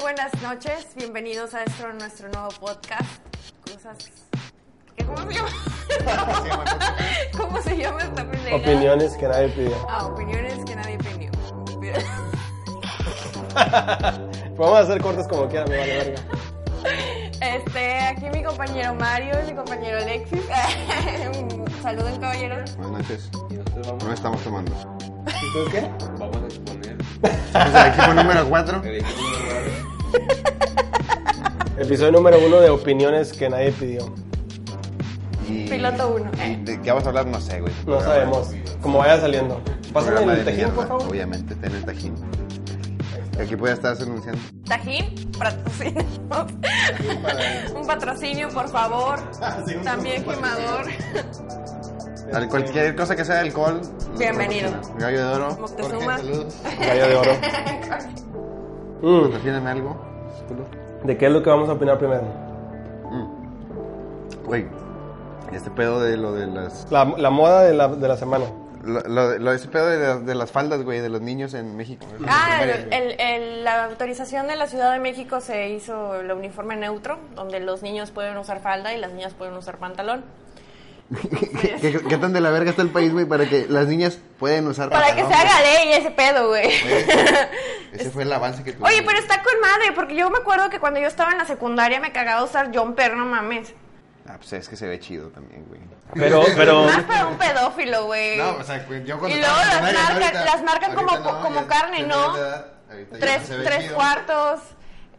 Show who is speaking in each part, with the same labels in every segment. Speaker 1: buenas noches, bienvenidos a esto, nuestro nuevo podcast. Cosas. ¿Qué, ¿Cómo se llama? ¿Cómo se llama esta pendeja?
Speaker 2: Opiniones que nadie pidió.
Speaker 1: Ah, opiniones que nadie pidió. Pero-
Speaker 2: Vamos a hacer cortes como quiera, me vale verga.
Speaker 1: Este, aquí mi compañero Mario y mi compañero Alexis. Saluden, caballeros.
Speaker 3: Buenas noches.
Speaker 4: Entonces vamos,
Speaker 3: No estamos tomando.
Speaker 2: ¿Y tú qué?
Speaker 4: vamos a exponer
Speaker 3: Pues el equipo número 4.
Speaker 4: el equipo número
Speaker 2: Episodio número uno de opiniones que nadie pidió.
Speaker 3: Y,
Speaker 1: Piloto uno.
Speaker 3: ¿Y de qué vamos a hablar? No sé, güey.
Speaker 2: No sabemos. Como vaya saliendo. Pásame
Speaker 3: Programa
Speaker 2: el
Speaker 3: de
Speaker 2: tejido, por
Speaker 3: mierda.
Speaker 2: favor.
Speaker 3: Obviamente, ten el tajín. Aquí puede estar anunciando.
Speaker 1: Tajín, patrocinio. Un patrocinio, por favor. También quemador.
Speaker 3: Al- Cualquier cosa que sea de alcohol. nos
Speaker 1: Bienvenido.
Speaker 3: patrocina. Gallo de oro.
Speaker 1: Moctezuma.
Speaker 3: Jorge, saludos.
Speaker 2: Gallo de oro. Mm,
Speaker 3: Patrocíname algo. culo.
Speaker 2: ¿De qué es lo que vamos a opinar primero?
Speaker 3: Mm. Güey, este pedo de lo de las.
Speaker 2: La, la moda de la, de la semana.
Speaker 3: Lo, lo- lo- ese pedo de, las- de las faldas, güey, de los niños en México.
Speaker 1: Ah, el- el- el- la autorización de la Ciudad de México se hizo el uniforme neutro, donde los niños pueden usar falda y las niñas pueden usar pantalón.
Speaker 3: ¿Qué, qué, qué tan de la verga está el país, güey? Para que las niñas pueden usar
Speaker 1: Para que se
Speaker 3: pantalón,
Speaker 1: haga ley ese pedo, güey.
Speaker 3: güey. Ese fue el avance que tuvo.
Speaker 1: Oye, pero está con madre, porque yo me acuerdo que cuando yo estaba en la secundaria me cagaba usar jumper, no mames.
Speaker 3: Ah, pues es que se ve chido también, güey.
Speaker 2: Pero, pero.
Speaker 1: Más para un pedófilo, güey.
Speaker 3: No, o sea, güey, yo cuando
Speaker 1: Eh, Y luego
Speaker 3: estaba en
Speaker 1: las
Speaker 3: primaria,
Speaker 1: marcan,
Speaker 3: ahorita-
Speaker 1: las marcan como,
Speaker 3: ahorita no,
Speaker 1: como
Speaker 3: ya-
Speaker 1: carne,
Speaker 3: ya
Speaker 1: ¿no?
Speaker 3: de edad, ahorita ya
Speaker 1: Tres,
Speaker 3: no se ve
Speaker 1: tres
Speaker 3: chido.
Speaker 1: cuartos,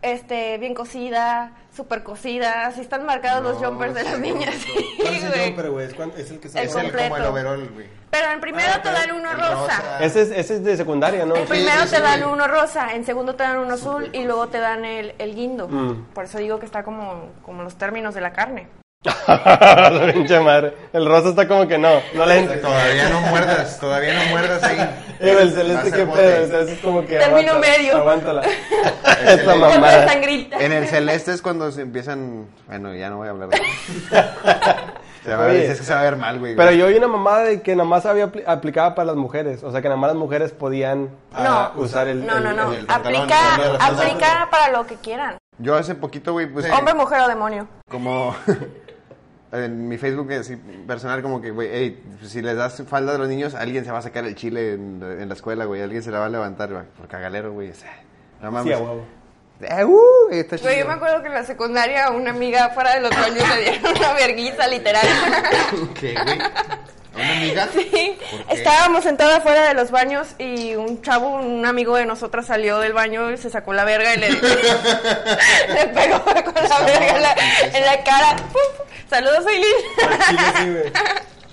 Speaker 1: este, bien cocida, súper cocida. Así están marcados los
Speaker 3: No,
Speaker 1: jumpers de
Speaker 3: sí,
Speaker 1: las niñas.
Speaker 3: no.
Speaker 1: sí, güey.
Speaker 2: güey? ¿Es, cuan- es el que
Speaker 1: El
Speaker 3: Es el, como el
Speaker 1: completo.
Speaker 3: overall, güey.
Speaker 1: Pero en primero te
Speaker 3: Ah, pero
Speaker 1: dan uno
Speaker 3: el
Speaker 1: rosa.
Speaker 3: rosa.
Speaker 2: Ese es, ese es de secundaria, ¿no?
Speaker 1: En primero
Speaker 3: sí,
Speaker 1: te
Speaker 3: sí,
Speaker 1: dan
Speaker 3: güey.
Speaker 1: uno rosa, en segundo te dan uno azul y luego te dan el, el guindo.
Speaker 3: Mm.
Speaker 1: Por eso digo que está como, como los términos de la carne.
Speaker 2: La pinche madre. El rosa está como que no. No le entra.
Speaker 3: Todavía no muerdas, todavía no muerdas ahí.
Speaker 2: Pero el
Speaker 3: Va a
Speaker 2: celeste,
Speaker 3: ser
Speaker 2: qué
Speaker 3: bote.
Speaker 2: pedo. O sea, ese es como que.
Speaker 1: Término
Speaker 2: aguántala,
Speaker 1: medio.
Speaker 2: Aguántala. Esta
Speaker 3: celeste.
Speaker 1: Contra
Speaker 2: mamada.
Speaker 1: la sangrita.
Speaker 3: En el celeste es cuando se empiezan. Bueno, ya no voy a hablar de eso. Se va a
Speaker 2: Oye.
Speaker 3: ver- es que se va a ver mal, güey.
Speaker 2: Pero yo vi una mamada de que nada más había apli- aplicada para las mujeres. O sea, que nada más las mujeres podían ah,
Speaker 1: No.
Speaker 2: usar el.
Speaker 1: No,
Speaker 2: el-
Speaker 1: no, no.
Speaker 2: el-
Speaker 3: pantalón,
Speaker 1: Aplica,
Speaker 3: el pantalón.
Speaker 1: aplica para lo que quieran.
Speaker 3: Yo hace poquito, güey, pues.
Speaker 1: Hombre, mujer o demonio.
Speaker 3: como en mi Facebook así, personal como que, güey, hey, si les das falda a los niños, alguien se va a sacar el chile en, en la escuela, güey, alguien se la va a levantar, güey, por cagalero, güey, o sea, no mames.
Speaker 2: Sí, a huevo.
Speaker 3: Eh, uh, está chido.
Speaker 1: Güey, yo me acuerdo que en la secundaria una amiga fuera de los baños le dieron una verguiza, literal.
Speaker 3: ¿Qué, güey? ¿A ¿Una amiga?
Speaker 1: Sí.
Speaker 3: ¿Por qué?
Speaker 1: Estábamos sentadas fuera de los baños y un chavo, un amigo de nosotras salió del baño y se sacó la verga y le, le pegó
Speaker 3: Pues,
Speaker 1: con la verga en la, en la cara. ¡Puf! Saludos, Aileen.
Speaker 2: Al chile sí, güey.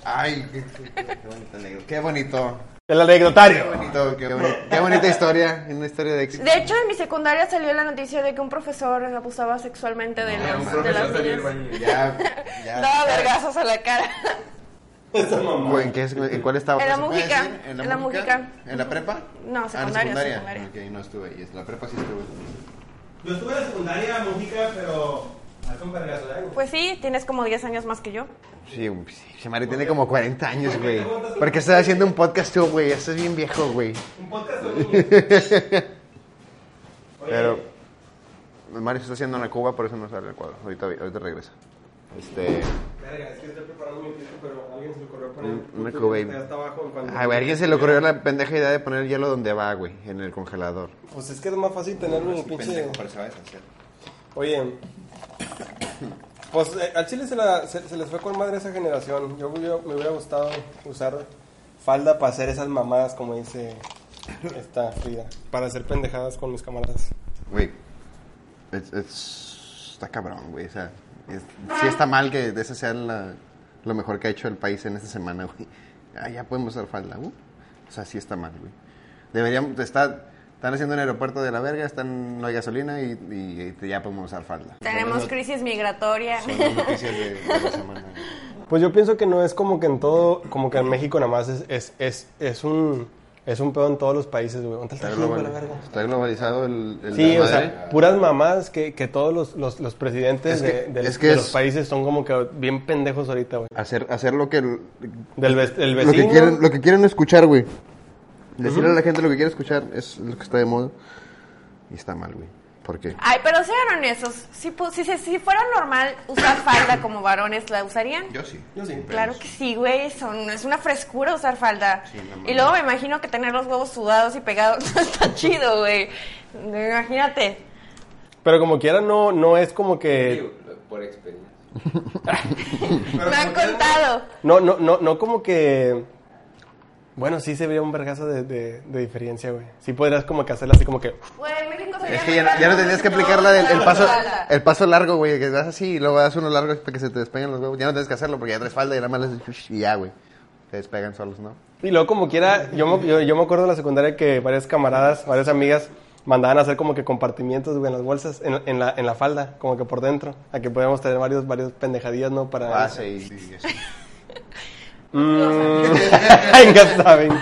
Speaker 3: Ay, qué, qué bonito, negro. Qué bonito.
Speaker 2: El anecdotario.
Speaker 3: Qué bonito, qué bonito. Qué bonita historia, una historia de éxito.
Speaker 1: De hecho, en mi secundaria salió la noticia de que un profesor abusaba sexualmente de, los- de las niñas.
Speaker 3: Ya,
Speaker 1: Daba
Speaker 3: ya.
Speaker 1: vergazos a la cara.
Speaker 2: Esa mamada.
Speaker 3: ¿En, qué, es- ¿En cuál estaba?
Speaker 1: En la
Speaker 3: ¿Se puede
Speaker 1: Mujica,
Speaker 3: decir?
Speaker 1: en la
Speaker 3: Mujica?
Speaker 1: Mujica.
Speaker 3: ¿En la prepa?
Speaker 1: No,
Speaker 3: Ah, en
Speaker 1: secundaria,
Speaker 3: secundaria.
Speaker 1: secundaria.
Speaker 3: Ok, no estuve ahí. En la prepa sí estuve.
Speaker 5: Yo estuve en la secundaria música, pero al compargazo de algo.
Speaker 1: Pues sí, tienes como 10 años más que yo.
Speaker 3: Sí, güey, sí, ese Mario tiene como 40 años, güey. ¿Por qué estás haciendo un podcast tú, güey? Ya estás bien viejo, güey.
Speaker 5: Un podcast o un-
Speaker 3: Pero Mario se está haciendo una cuba, por eso no sale el cuadro. Ahorita, ahorita regresa. Este.
Speaker 2: Verga, es que estoy preparando mi piso, pero alguien se le ocurrió poner.
Speaker 3: Un- una
Speaker 2: el
Speaker 3: cuba y-
Speaker 2: que está hasta abajo en cuanto-
Speaker 3: Ay, güey, a alguien se le ocurrió la pendeja idea de poner el hielo donde va, güey, en el congelador.
Speaker 2: Pues es que es más fácil tenerlo en el pinche.
Speaker 3: pero se va a deshacer.
Speaker 2: Oye. Pues eh, al chile se, la- se- se les fue con madre esa generación. Yo, yo- me hubiera gustado usar falda para hacer esas mamadas, como dice esta Frida. Para hacer pendejadas con mis camaradas.
Speaker 3: Güey, es- es- está cabrón, güey. O sea, es- sí está mal que ese sea la- lo mejor que ha hecho el país en esta semana, güey. Ah, ya podemos usar falda, güey. O sea, sí está mal, güey. Deberíamos, está, están haciendo un aeropuerto de la verga, están, no hay gasolina y, y- y ya podemos usar falda.
Speaker 1: Tenemos
Speaker 3: Son
Speaker 1: crisis migratoria.
Speaker 3: las noticias de, de la semana. güey.
Speaker 2: Pues yo pienso que no es como que en todo, como que en México nada más es, es, es, es un es un pedo en todos los países, güey. ¿Dónde está
Speaker 3: Está,
Speaker 2: el
Speaker 3: global-
Speaker 2: jingo, la verga?
Speaker 3: está globalizado el, el
Speaker 2: Sí, o
Speaker 3: desmadre.
Speaker 2: sea, puras mamás que, que todos los, los, los presidentes
Speaker 3: Es
Speaker 2: de,
Speaker 3: que-
Speaker 2: de-
Speaker 3: es que
Speaker 2: de
Speaker 3: es-
Speaker 2: los países son como que bien pendejos ahorita, güey.
Speaker 3: Hacer, hacer lo que el-
Speaker 2: Del ve- el
Speaker 3: lo que
Speaker 2: vecino.
Speaker 3: quieren, lo que quieren escuchar, güey. Decirle a la gente lo que quiere escuchar es lo que está de moda. Y está mal, güey. Porque
Speaker 1: Ay, pero sean honestos. Si, pu- si, se- si fuera normal usar falda como varones, ¿la usarían?
Speaker 3: yo sí.
Speaker 2: Yo sí.
Speaker 1: Claro que sí, güey, eso no es una frescura usar falda.
Speaker 3: Sí, no mames.
Speaker 1: y luego me imagino que tener los huevos sudados y pegados no está chido, güey. Imagínate.
Speaker 2: Pero como quiera, no, no es como que.
Speaker 4: Digo, Por experiencia.
Speaker 1: me han contado.
Speaker 2: No, no, no, no como que. Bueno, sí se veía un vergazo de, de- de diferencia, güey. Sí podrías como que hacerla así como que.
Speaker 1: Güey, México sería
Speaker 3: Es que ya,
Speaker 1: mejor
Speaker 3: ya no
Speaker 1: si
Speaker 3: tenías que
Speaker 1: todos
Speaker 3: aplicar la del el
Speaker 1: usaran
Speaker 3: paso,
Speaker 1: falda.
Speaker 3: el paso largo, güey. Que das así y luego das uno largo para que se te despeguen los huevos. Ya no tienes que hacerlo porque ya traes falda y nada más les... Y ya, güey. Te despegan solos, ¿no?
Speaker 2: Y luego como quiera, yo me, yo, yo me acuerdo en la secundaria que varias camaradas, varias amigas mandaban a hacer como que compartimientos güey, en las bolsas, en, en la, en la falda, como que por dentro, a que podíamos tener varios, varios pendejadillas, ¿no? Para...
Speaker 3: Ah, sí. sí, sí.
Speaker 2: Mm. ya saben.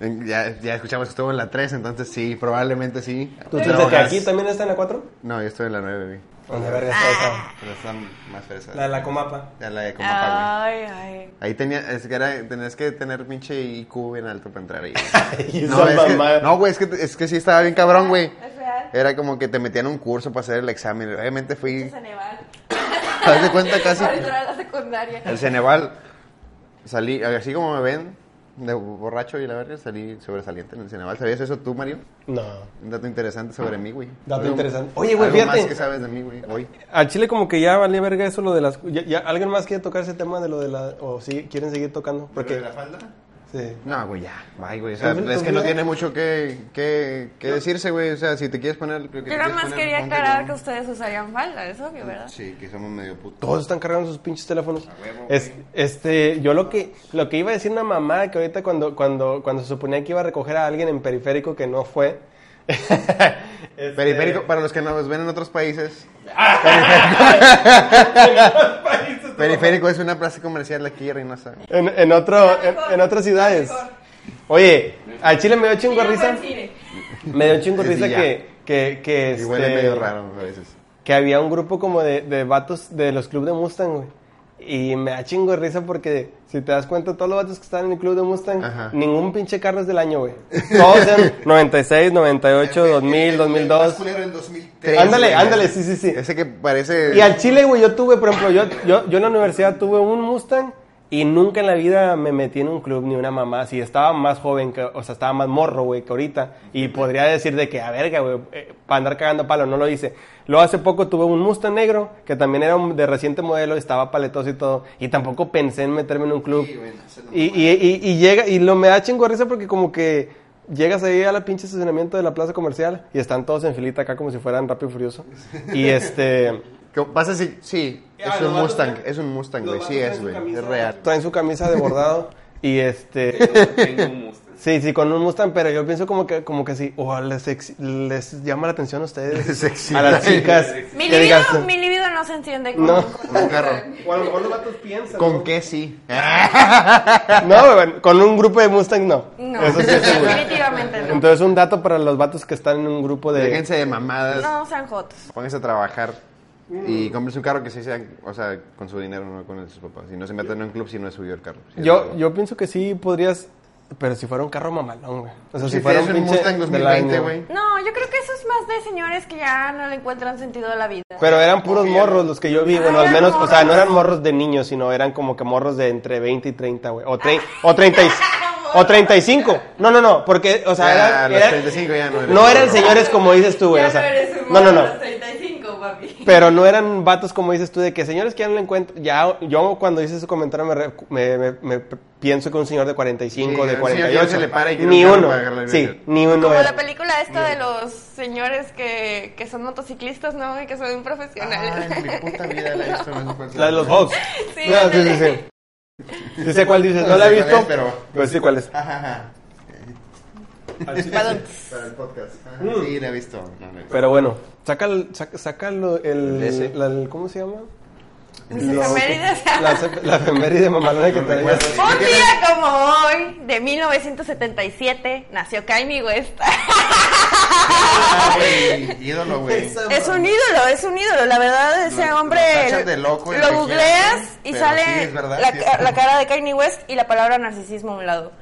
Speaker 3: En- Ya, ya escuchamos que estuvo en la 3, entonces sí, probablemente sí.
Speaker 2: ¿Tú
Speaker 3: Pero
Speaker 2: te- te-
Speaker 3: hojas-
Speaker 2: aquí también está en la 4?
Speaker 3: No, yo estoy en la 9, güey.
Speaker 2: ¿Dónde verga está esa?
Speaker 3: Pero está más fresa.
Speaker 2: La de la comapa.
Speaker 3: Ya la de Comapa, güey.
Speaker 1: Ay, ay.
Speaker 3: Ahí tenía, es que era, tenías que tener pinche IQ bien alto para entrar ahí.
Speaker 2: Y
Speaker 3: No,
Speaker 2: esa
Speaker 3: es que,
Speaker 2: mamada.
Speaker 3: no, güey, es que, es que sí estaba bien cabrón, güey. Eh,
Speaker 1: Es real.
Speaker 3: Era como que te metían a un curso para hacer el examen. Obviamente fui,
Speaker 1: Se neval.
Speaker 3: haz de cuenta casi.
Speaker 1: Ahorita era la secundaria.
Speaker 3: El Ceneval, salí, así como me ven, de borracho y la verga, salí sobresaliente en el Ceneval. ¿Sabías eso tú, Mario?
Speaker 2: No.
Speaker 3: Un dato interesante sobre mí, güey.
Speaker 2: Dato
Speaker 3: Algo-
Speaker 2: interesante. Oye, güey,
Speaker 3: algo
Speaker 2: fíjate.
Speaker 3: más que sabes de mí, güey, hoy.
Speaker 2: Al Chile como que ya valía verga eso lo de las... ya- ya- ¿Alguien más quiere tocar ese tema de lo de la... o si quieren seguir tocando? Porque...
Speaker 3: falda?
Speaker 2: Sí.
Speaker 3: No, güey, ya. Ay, güey, o sea,
Speaker 2: Pues,
Speaker 3: es que
Speaker 2: pues,
Speaker 3: no
Speaker 2: mira.
Speaker 3: tiene mucho que, que, que decirse, güey. O sea, si te quieres poner... lo que te
Speaker 1: Yo
Speaker 3: quieres
Speaker 1: nada más
Speaker 3: poner,
Speaker 1: quería
Speaker 3: ponte,
Speaker 1: aclarar
Speaker 3: güey.
Speaker 1: que ustedes usarían falda, es obvio, ¿verdad?
Speaker 3: Sí, que somos medio putos.
Speaker 2: Todos están cargando sus pinches teléfonos.
Speaker 3: huevo,
Speaker 2: Es- este, yo lo que, lo que iba a decir una mamá que ahorita cuando, cuando, cuando se suponía que iba a recoger a alguien en periférico que no fue. Este,
Speaker 3: Periférico, para los que nos ven en otros países, Periférico es una plaza comercial aquí en Reynosa.
Speaker 2: En, en otro, en, en otras ciudades. Oye, al Chile me dio chingo risa. Me dio chingo
Speaker 3: Sí,
Speaker 2: risa
Speaker 3: ya.
Speaker 2: que, que, que,
Speaker 3: Y
Speaker 2: este,
Speaker 3: huele medio raro a veces.
Speaker 2: que había un grupo como de, de vatos de los clubes de Mustang, güey. Y me da chingo de risa porque, si te das cuenta, todos los vatos que están en el club de Mustang,
Speaker 3: Ajá.
Speaker 2: ningún pinche carro es del año, güey. Todos eran 96, 98, 2000, 2002. Ándale,
Speaker 3: güey.
Speaker 2: ándale, sí, sí, sí.
Speaker 3: Ese que parece...
Speaker 2: Y al Chile, güey, yo tuve, por ejemplo, yo, yo, yo en la universidad tuve un Mustang y nunca en la vida me metí en un club ni una mamá. Así estaba más joven, que, o sea, estaba más morro, güey, que ahorita. Y podría decir de que, a verga, güey, eh, para andar cagando palo, no lo hice. Luego hace poco tuve un Mustang negro, que también era un- de reciente modelo, estaba paletoso y todo. Y tampoco pensé en meterme en un club. Y, y, y, y llega, y lo me da chingo de risa porque como que llegas ahí a la pinche estacionamiento de la plaza comercial y están todos en filita acá como si fueran rápido y furioso. Y este...
Speaker 3: ¿Qué pasa si...? Sí,
Speaker 2: Ah,
Speaker 3: es
Speaker 2: los
Speaker 3: un
Speaker 2: vatos
Speaker 3: Mustang,
Speaker 2: traen-
Speaker 3: es un Mustang,
Speaker 2: los
Speaker 3: güey.
Speaker 2: vatos
Speaker 3: Sí
Speaker 2: traen
Speaker 3: es,
Speaker 2: su
Speaker 3: güey.
Speaker 2: camisa.
Speaker 3: Es real.
Speaker 2: Traen su camisa de bordado y este...
Speaker 4: Tengo un Mustang.
Speaker 2: Sí, sí, con un Mustang, pero yo pienso como que, como que sí, o les, ex- les llama la atención a ustedes,
Speaker 3: Les excita.
Speaker 2: a las chicas.
Speaker 1: Mi
Speaker 2: que
Speaker 1: libido,
Speaker 2: digas,
Speaker 1: mi libido no se entiende con...
Speaker 2: No,
Speaker 3: Un carro.
Speaker 2: o a lo mejor los vatos piensan.
Speaker 3: ¿Con qué sí? Ah.
Speaker 2: No, bueno, con un grupo de Mustang no.
Speaker 1: No,
Speaker 2: Eso sí es seguro.
Speaker 1: definitivamente no.
Speaker 2: Entonces un dato para los vatos que están en un grupo de...
Speaker 3: Déjense de mamadas.
Speaker 1: No sean jotos.
Speaker 3: Pónganse a trabajar. Y cómprense un carro que sí sea, o sea, con su dinero, no con el de sus papás. Y no se metan en un club si no es suyo el carro. Sí, es
Speaker 2: Yo,
Speaker 3: verdad.
Speaker 2: yo pienso que sí podrías, pero si fuera un carro mamalón, güey. O sea,
Speaker 3: Si,
Speaker 2: si, fuera
Speaker 3: tienes
Speaker 2: un
Speaker 3: un
Speaker 2: pinche
Speaker 3: Mustang
Speaker 2: del
Speaker 3: 2020,
Speaker 2: año.
Speaker 3: güey.
Speaker 1: No, yo creo que eso es más de señores que ya no le encuentran sentido a la vida.
Speaker 2: Pero eran puros morros los que yo vi, bueno, al
Speaker 1: eran
Speaker 2: menos, o sea,
Speaker 1: morros.
Speaker 2: no eran morros de niños, sino eran como que morros de entre 20 y 30, güey, o, tre- o, 30 y- o 35. No, no, no, porque, o sea,
Speaker 3: Ya,
Speaker 2: era-
Speaker 3: a los
Speaker 2: era-
Speaker 3: 35 ya no eres
Speaker 2: no eran
Speaker 3: morro.
Speaker 2: señores como dices tú, güey, o sea, no, no, no.
Speaker 1: 35, papi.
Speaker 2: Pero no eran vatos como dices tú, de que señores que ya no le encuentro. Ya, yo cuando hice ese comentario me, re- me- me- me p- pienso que un señor de 45, de
Speaker 3: Sí, un señor que
Speaker 2: 48.
Speaker 3: no se le para y tiene
Speaker 2: ni
Speaker 3: un carro
Speaker 2: uno.
Speaker 3: para agarrar el
Speaker 2: Sí,
Speaker 3: vidrio.
Speaker 2: ni uno.
Speaker 1: Como
Speaker 2: era.
Speaker 1: la película esta
Speaker 2: Mm.
Speaker 1: de los señores que, que son motociclistas, ¿no? Y que son profesionales.
Speaker 2: Ah,
Speaker 3: Ay, mi puta vida la he visto, no sé cuál sea.
Speaker 2: La de los Hawks.
Speaker 1: Sí,
Speaker 2: No, sí, sí,
Speaker 1: ándale.
Speaker 2: sí. Sí sé cuál dices, no
Speaker 3: No
Speaker 2: la he
Speaker 3: sé cuál
Speaker 2: visto.
Speaker 3: es, pero- ah,
Speaker 2: Pues sí, cuál es.
Speaker 3: Ajá, ajá.
Speaker 1: Perdón.
Speaker 3: Para el podcast. Ajá, Sí, la he visto. No, no, no.
Speaker 2: Mm. Pero bueno, saca, el- saca, saca lo- el,
Speaker 3: El ese.
Speaker 2: la- el- ¿Cómo se llama?
Speaker 1: Mis
Speaker 2: Lo-
Speaker 1: efemérides.
Speaker 2: La, la efeméride mamalona que traía.
Speaker 3: recuerdo.
Speaker 1: Un día como hoy, de 1977, nació Kanye West.
Speaker 3: Ah, güey, ídolo, güey.
Speaker 1: Es un ídolo, es un ídolo. La verdad, ese
Speaker 3: Lo- lo
Speaker 1: hombre.
Speaker 3: tachan de loco y lo
Speaker 1: lo
Speaker 3: que
Speaker 1: googleas
Speaker 3: quieras,
Speaker 1: y
Speaker 3: pero
Speaker 1: sale
Speaker 3: sí, es verdad,
Speaker 1: la,
Speaker 3: sí es.
Speaker 1: la cara de Kanye West y la palabra narcisismo a un lado.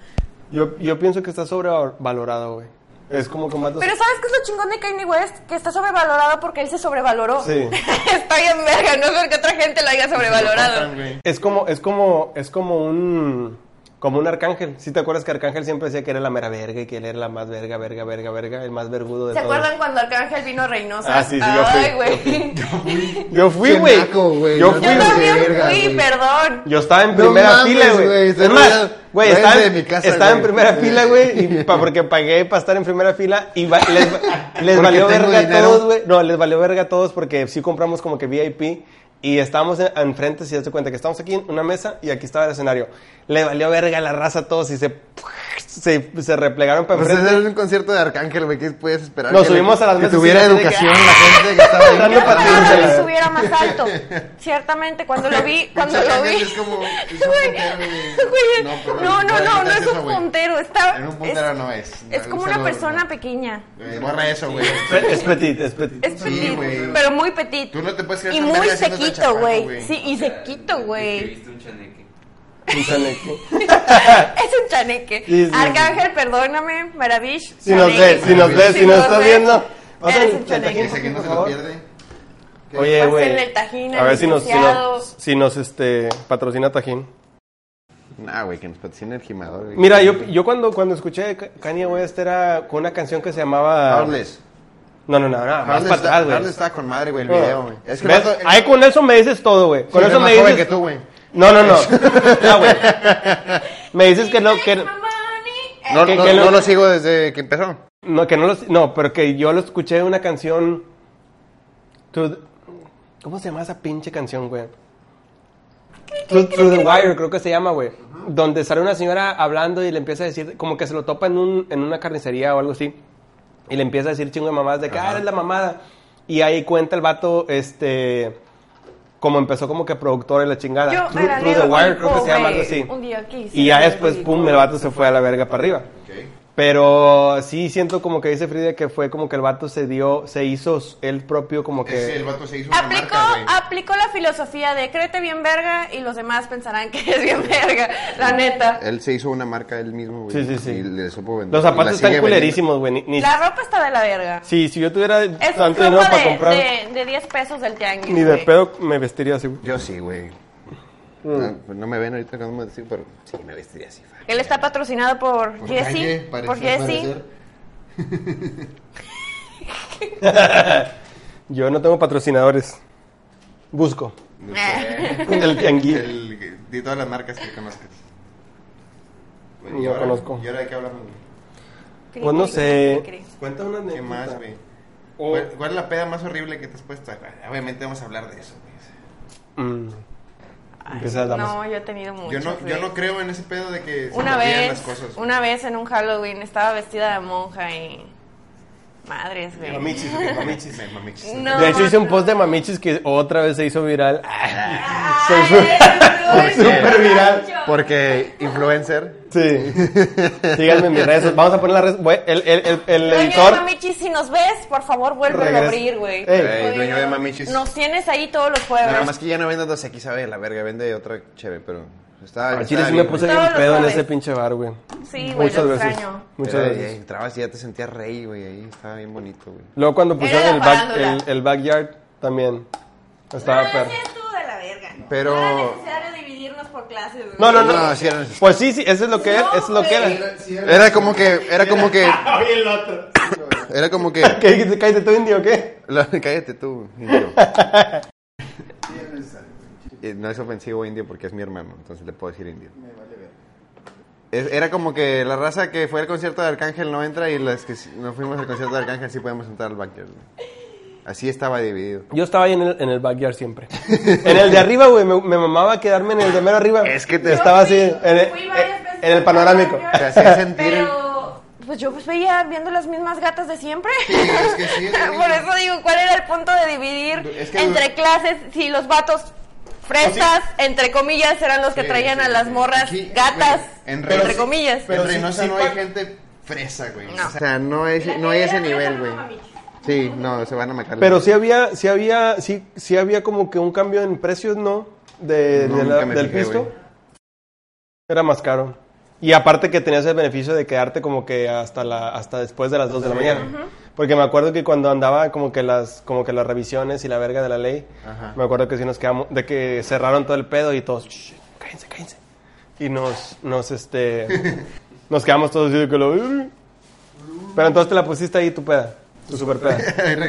Speaker 2: Yo, yo pienso que está sobrevalorado, güey. Es como que más los-
Speaker 1: Pero ¿sabes qué es lo chingón de Kanye West? Que está sobrevalorado porque él se sobrevaloró.
Speaker 2: Sí.
Speaker 1: está bien verga, no es porque otra gente lo haya sobrevalorado.
Speaker 2: Es como, es como, es como un, como un arcángel. Si te acuerdas que Arcángel siempre decía que era la mera verga y que él era la más verga, verga, verga, verga, el más vergudo de
Speaker 1: ¿Se
Speaker 2: todos.
Speaker 1: acuerdan cuando Arcángel vino a Reynosa?
Speaker 2: Ah, sí, sí, yo fui.
Speaker 1: Ay, güey.
Speaker 2: Yo fui,
Speaker 3: Qué
Speaker 2: güey.
Speaker 3: naco, güey.
Speaker 2: Yo
Speaker 3: No
Speaker 2: fui,
Speaker 1: Yo
Speaker 3: mames.
Speaker 2: güey.
Speaker 1: también
Speaker 3: verga,
Speaker 1: fui,
Speaker 3: güey.
Speaker 1: perdón.
Speaker 2: Yo estaba en
Speaker 3: No
Speaker 2: primera
Speaker 3: mames,
Speaker 2: fila,
Speaker 3: güey,
Speaker 2: güey.
Speaker 3: se
Speaker 2: Es más,
Speaker 3: veía-
Speaker 2: güey,
Speaker 3: veía
Speaker 2: estaba,
Speaker 3: desde
Speaker 2: en-
Speaker 3: mi casa,
Speaker 2: estaba en
Speaker 3: güey.
Speaker 2: primera fila, güey, y pa- porque pagué para estar en primera fila y va- les, va- les
Speaker 3: Porque
Speaker 2: valió
Speaker 3: tengo
Speaker 2: verga a
Speaker 3: dinero.
Speaker 2: todos, güey. No, les valió verga a todos porque sí compramos como que VIP y estábamos en- enfrente, si te das cuenta que estábamos aquí en una mesa y aquí estaba el escenario. Le valió verga a la raza a todos y se, se, se replegaron para
Speaker 3: Pues
Speaker 2: enfrente.
Speaker 3: ese era un concierto de Arcángel, güey. ¿Qué puedes esperar?
Speaker 2: Nos
Speaker 3: Que le-
Speaker 2: subimos a las
Speaker 3: que
Speaker 2: mesas y
Speaker 3: tuviera
Speaker 2: así de que,
Speaker 3: educación la gente que estaba ahí.
Speaker 2: Dando
Speaker 1: Yo esperaba
Speaker 2: patitas.
Speaker 1: que subiera más alto. Ciertamente, cuando lo vi, cuando lo vi.
Speaker 3: Es como- es un
Speaker 1: Güey,
Speaker 3: puntero, güey.
Speaker 1: güey,
Speaker 3: No, pero-
Speaker 1: No, no, no, no es
Speaker 3: eso,
Speaker 1: un
Speaker 3: güey.
Speaker 1: puntero. Está,
Speaker 3: En un puntero no es.
Speaker 1: Es como
Speaker 3: Se
Speaker 1: una
Speaker 3: lo-
Speaker 1: persona pequeña.
Speaker 3: Eh, Borra eso, güey.
Speaker 2: Es petit, es petit.
Speaker 1: Es
Speaker 3: Sí,
Speaker 1: petit,
Speaker 3: güey.
Speaker 1: pero muy petit.
Speaker 3: Tú no te puedes creer
Speaker 1: y
Speaker 3: tan
Speaker 1: muy
Speaker 3: verga siendo tan
Speaker 1: sequito,
Speaker 3: chaparro,
Speaker 1: güey.
Speaker 3: güey.
Speaker 1: Sí, y sequito,
Speaker 4: Te
Speaker 1: güey.
Speaker 4: viste un chaneque.
Speaker 2: Un chaleco.
Speaker 1: Es un chaneque.
Speaker 2: Sí, sí, sí.
Speaker 1: Arcángel, perdóname, Maravish.
Speaker 2: Si nos ves, si nos ves, si nos estás viendo.
Speaker 1: Eres un
Speaker 2: Pásenle el
Speaker 1: chaneque.
Speaker 2: tajín,
Speaker 3: Ese que no
Speaker 2: por
Speaker 3: se lo
Speaker 2: favor.
Speaker 3: pierde.
Speaker 2: Oye,
Speaker 1: Pásenle
Speaker 2: güey.
Speaker 1: el tajín
Speaker 2: A ver si nos, si
Speaker 1: licenciado.
Speaker 2: nos, si nos, este, patrocina Tajín.
Speaker 3: Nah, güey, que nos patrocina el gimador. güey.
Speaker 2: Mira, yo, yo cuando, cuando escuché Ka- Kanye West era con una canción que se llamaba...
Speaker 3: Harless.
Speaker 2: No, no, no, no, más
Speaker 3: Harless
Speaker 2: para atrás,
Speaker 3: está- Harless
Speaker 2: ah, güey. Oh.
Speaker 3: estaba con madre, güey, el video, güey. Es que
Speaker 2: ¿Ves?
Speaker 3: el vato-
Speaker 2: Ahí con eso me dices todo, güey. Con
Speaker 3: Sí,
Speaker 2: eso
Speaker 3: es más
Speaker 2: me dices... Eh,
Speaker 3: joven que tú, güey.
Speaker 2: No, no, no. No, güey. Me dices que no, que...
Speaker 3: No,
Speaker 2: Que-
Speaker 3: no-
Speaker 2: que lo-
Speaker 3: no lo sigo desde que empezó.
Speaker 2: No, que no lo... No, pero que yo lo escuché en una canción... Through the- ¿Cómo se llama esa pinche canción, güey? Through, Through the Wire, creo que se llama, güey. Donde sale una señora hablando y le empieza a decir... Como que se lo topa en, un, en una carnicería o algo así. Y le empieza a decir chingo de mamadas de que, ah, eres la mamada. Y ahí cuenta el vato, este... Como empezó como que productor y la chingada.
Speaker 1: Yo
Speaker 2: Through,
Speaker 1: era
Speaker 2: Through the
Speaker 1: Leo
Speaker 2: Wire,
Speaker 1: Olco,
Speaker 2: creo que se llama algo
Speaker 1: güey.
Speaker 2: así.
Speaker 1: Un día quise
Speaker 2: Y ya
Speaker 1: ser
Speaker 2: después,
Speaker 1: rico.
Speaker 2: pum, el vato se fue a la verga para arriba. Pero sí siento como que dice Frida que fue como que el vato se dio, se hizo s- él propio como que...
Speaker 3: Ese, el vato se hizo una
Speaker 1: Aplicó,
Speaker 3: marca, güey.
Speaker 1: aplicó la filosofía de créete bien verga y los demás pensarán que es bien verga, la neta.
Speaker 3: Él se hizo una marca él mismo, güey.
Speaker 2: Sí, sí, sí.
Speaker 3: Y le supo vender.
Speaker 2: Los
Speaker 3: Y la
Speaker 2: zapatos están
Speaker 3: sigue
Speaker 2: culerísimos, güey. ni- ni-
Speaker 1: La ropa está de la verga.
Speaker 2: Sí, si yo tuviera
Speaker 1: Es un
Speaker 2: Eh, tanto
Speaker 1: flujo
Speaker 2: dinero para
Speaker 1: de,
Speaker 2: comprar,
Speaker 1: de, de 10 pesos del tianguis.
Speaker 2: ni de
Speaker 1: güey.
Speaker 2: pedo me vestiría así, güey.
Speaker 3: vendiendo. Yo sí, güey.
Speaker 2: Mm.
Speaker 3: No, pues no me ven ahorita cuando me decir, pero sí me vestiría así. fa.
Speaker 1: Él está patrocinado por,
Speaker 3: Por calle,
Speaker 1: Jesse.
Speaker 3: parecer-
Speaker 1: Por Jesse.
Speaker 2: Pues
Speaker 3: parecer.
Speaker 2: Yo no tengo patrocinadores. Busco.
Speaker 1: Ah.
Speaker 2: El tianguis.
Speaker 3: El- de todas las marcas que conozcas. Güey,
Speaker 2: No
Speaker 3: ¿y ahora-
Speaker 2: conozco.
Speaker 3: ¿Y ahora de qué hablamos, güey?
Speaker 2: Pues no sé. Cuenta una
Speaker 3: ¿Qué más, güey?
Speaker 1: Oh.
Speaker 3: ¿Cuál, cuál es la peda más horrible que te has puesto? Obviamente vamos a hablar de eso, güey.
Speaker 2: Mm. Empieza la
Speaker 1: No, yo he tenido mucho.
Speaker 3: Yo no, yo no creo en ese pedo de que se
Speaker 1: Una
Speaker 3: me olvidan
Speaker 1: vez,
Speaker 3: las cosas. güey.
Speaker 1: una vez en un Halloween estaba vestida de monja y. Madres, güey.
Speaker 3: Mamichis, güey, mamichis. Me- mamichis.
Speaker 1: No,
Speaker 2: de hecho hice un
Speaker 1: no.
Speaker 2: post de mamichis que otra vez se hizo viral.
Speaker 1: Ay,
Speaker 3: Porque-
Speaker 1: eres un
Speaker 3: Súper
Speaker 1: macho.
Speaker 3: Porque influencer.
Speaker 2: Sí. Síganme en mis redes. so- Vamos a poner las redes. voy- El, el, el, el
Speaker 1: Dueño
Speaker 2: editor.
Speaker 1: de Mamichis, si nos ves, por favor, vuelve a
Speaker 2: Regresa.
Speaker 1: abrir, güey.
Speaker 2: Ey.
Speaker 3: Ey,
Speaker 1: Oye,
Speaker 3: dueño de Mamichis.
Speaker 1: Nos tienes ahí todos los jueves.
Speaker 3: Nada más que ya no vende dos x sabe la verga, vende otra chévere, pero está.
Speaker 2: Al
Speaker 3: está
Speaker 2: Ah, chile sí me
Speaker 3: bien,
Speaker 2: puse
Speaker 3: güey.
Speaker 1: Todos
Speaker 2: bien
Speaker 1: los
Speaker 2: pedo en
Speaker 1: jueves.
Speaker 2: ese pinche bar, güey.
Speaker 1: Sí, güey, lo extraño.
Speaker 2: Muchas
Speaker 3: Era-
Speaker 2: veces.
Speaker 3: y entrabas y ya te sentías rey, güey, ahí estaba bien bonito, güey.
Speaker 2: Luego cuando pusieron
Speaker 1: la
Speaker 2: el, back-
Speaker 1: farándula.
Speaker 2: el, el backyard también. Estaba
Speaker 1: No,
Speaker 2: perro.
Speaker 1: sí estuvo de la verga.
Speaker 3: Pero-
Speaker 1: No era necesario dividirnos por clases, güey.
Speaker 2: No, no, no.
Speaker 3: No, sí era-
Speaker 2: Pues sí, sí, eso es lo que era. Eso es lo que era.
Speaker 3: Era como que, era como que. Era como que.
Speaker 2: ¿Qué dijiste? ¿Cállate tú, indio o qué?
Speaker 3: La- cállate tú, indio. Eh, No es ofensivo indio porque es mi hermano, entonces le puedo decir indio. Es- Era como que la raza que fue al concierto de Arcángel no entra y las que sí- no fuimos al concierto de Arcángel sí podemos entrar al backyard. güey. Así estaba dividido.
Speaker 2: Yo estaba ahí en el, en el backyard siempre. En el de arriba, güey. Me, me mamaba quedarme en el de mero arriba.
Speaker 3: Es que te-
Speaker 1: Yo
Speaker 2: Estaba así,
Speaker 1: fui-
Speaker 2: en el, eh,
Speaker 1: fui varias veces
Speaker 2: en el
Speaker 1: al
Speaker 2: panorámico.
Speaker 1: baño,
Speaker 3: Te hacía sentir-
Speaker 1: Pero, pues yo pues veía viendo las mismas gatas de siempre.
Speaker 3: es que sí, es lo mismo.
Speaker 1: Por eso digo, ¿cuál era el punto de dividir
Speaker 3: Es que- Pues
Speaker 1: entre clases si los vatos fresas, entre comillas, eran los que traían a las morras
Speaker 3: Aquí,
Speaker 1: gatas,
Speaker 3: güey, en Reynosa-
Speaker 1: entre comillas?
Speaker 3: Pero en
Speaker 2: sí-
Speaker 3: Reynosa
Speaker 2: sí
Speaker 3: no
Speaker 2: pa-
Speaker 3: hay gente fresa, güey.
Speaker 1: No.
Speaker 3: O sea, no hay, no hay ese nivel, güey. Sí, no, se van a matar.
Speaker 2: Pero sí había, sí había, sí, sí había como que un cambio en precios, ¿no? De,
Speaker 3: No,
Speaker 2: de la-
Speaker 3: nunca me
Speaker 2: del
Speaker 3: fijé,
Speaker 2: pisto.
Speaker 3: güey.
Speaker 2: Era más caro. Y aparte que tenías el beneficio de quedarte como que hasta la hasta después de las 2 de la mañana. Porque me acuerdo que cuando andaba como que las como que las revisiones y la verga de la ley,
Speaker 3: Ajá.
Speaker 2: me acuerdo que sí nos quedamos de que cerraron todo el pedo y todos, "Shh, cállense, cállense. Y nos nos este nos quedamos todos así de que lo Pero entonces te la pusiste ahí tu peda, tu super peda.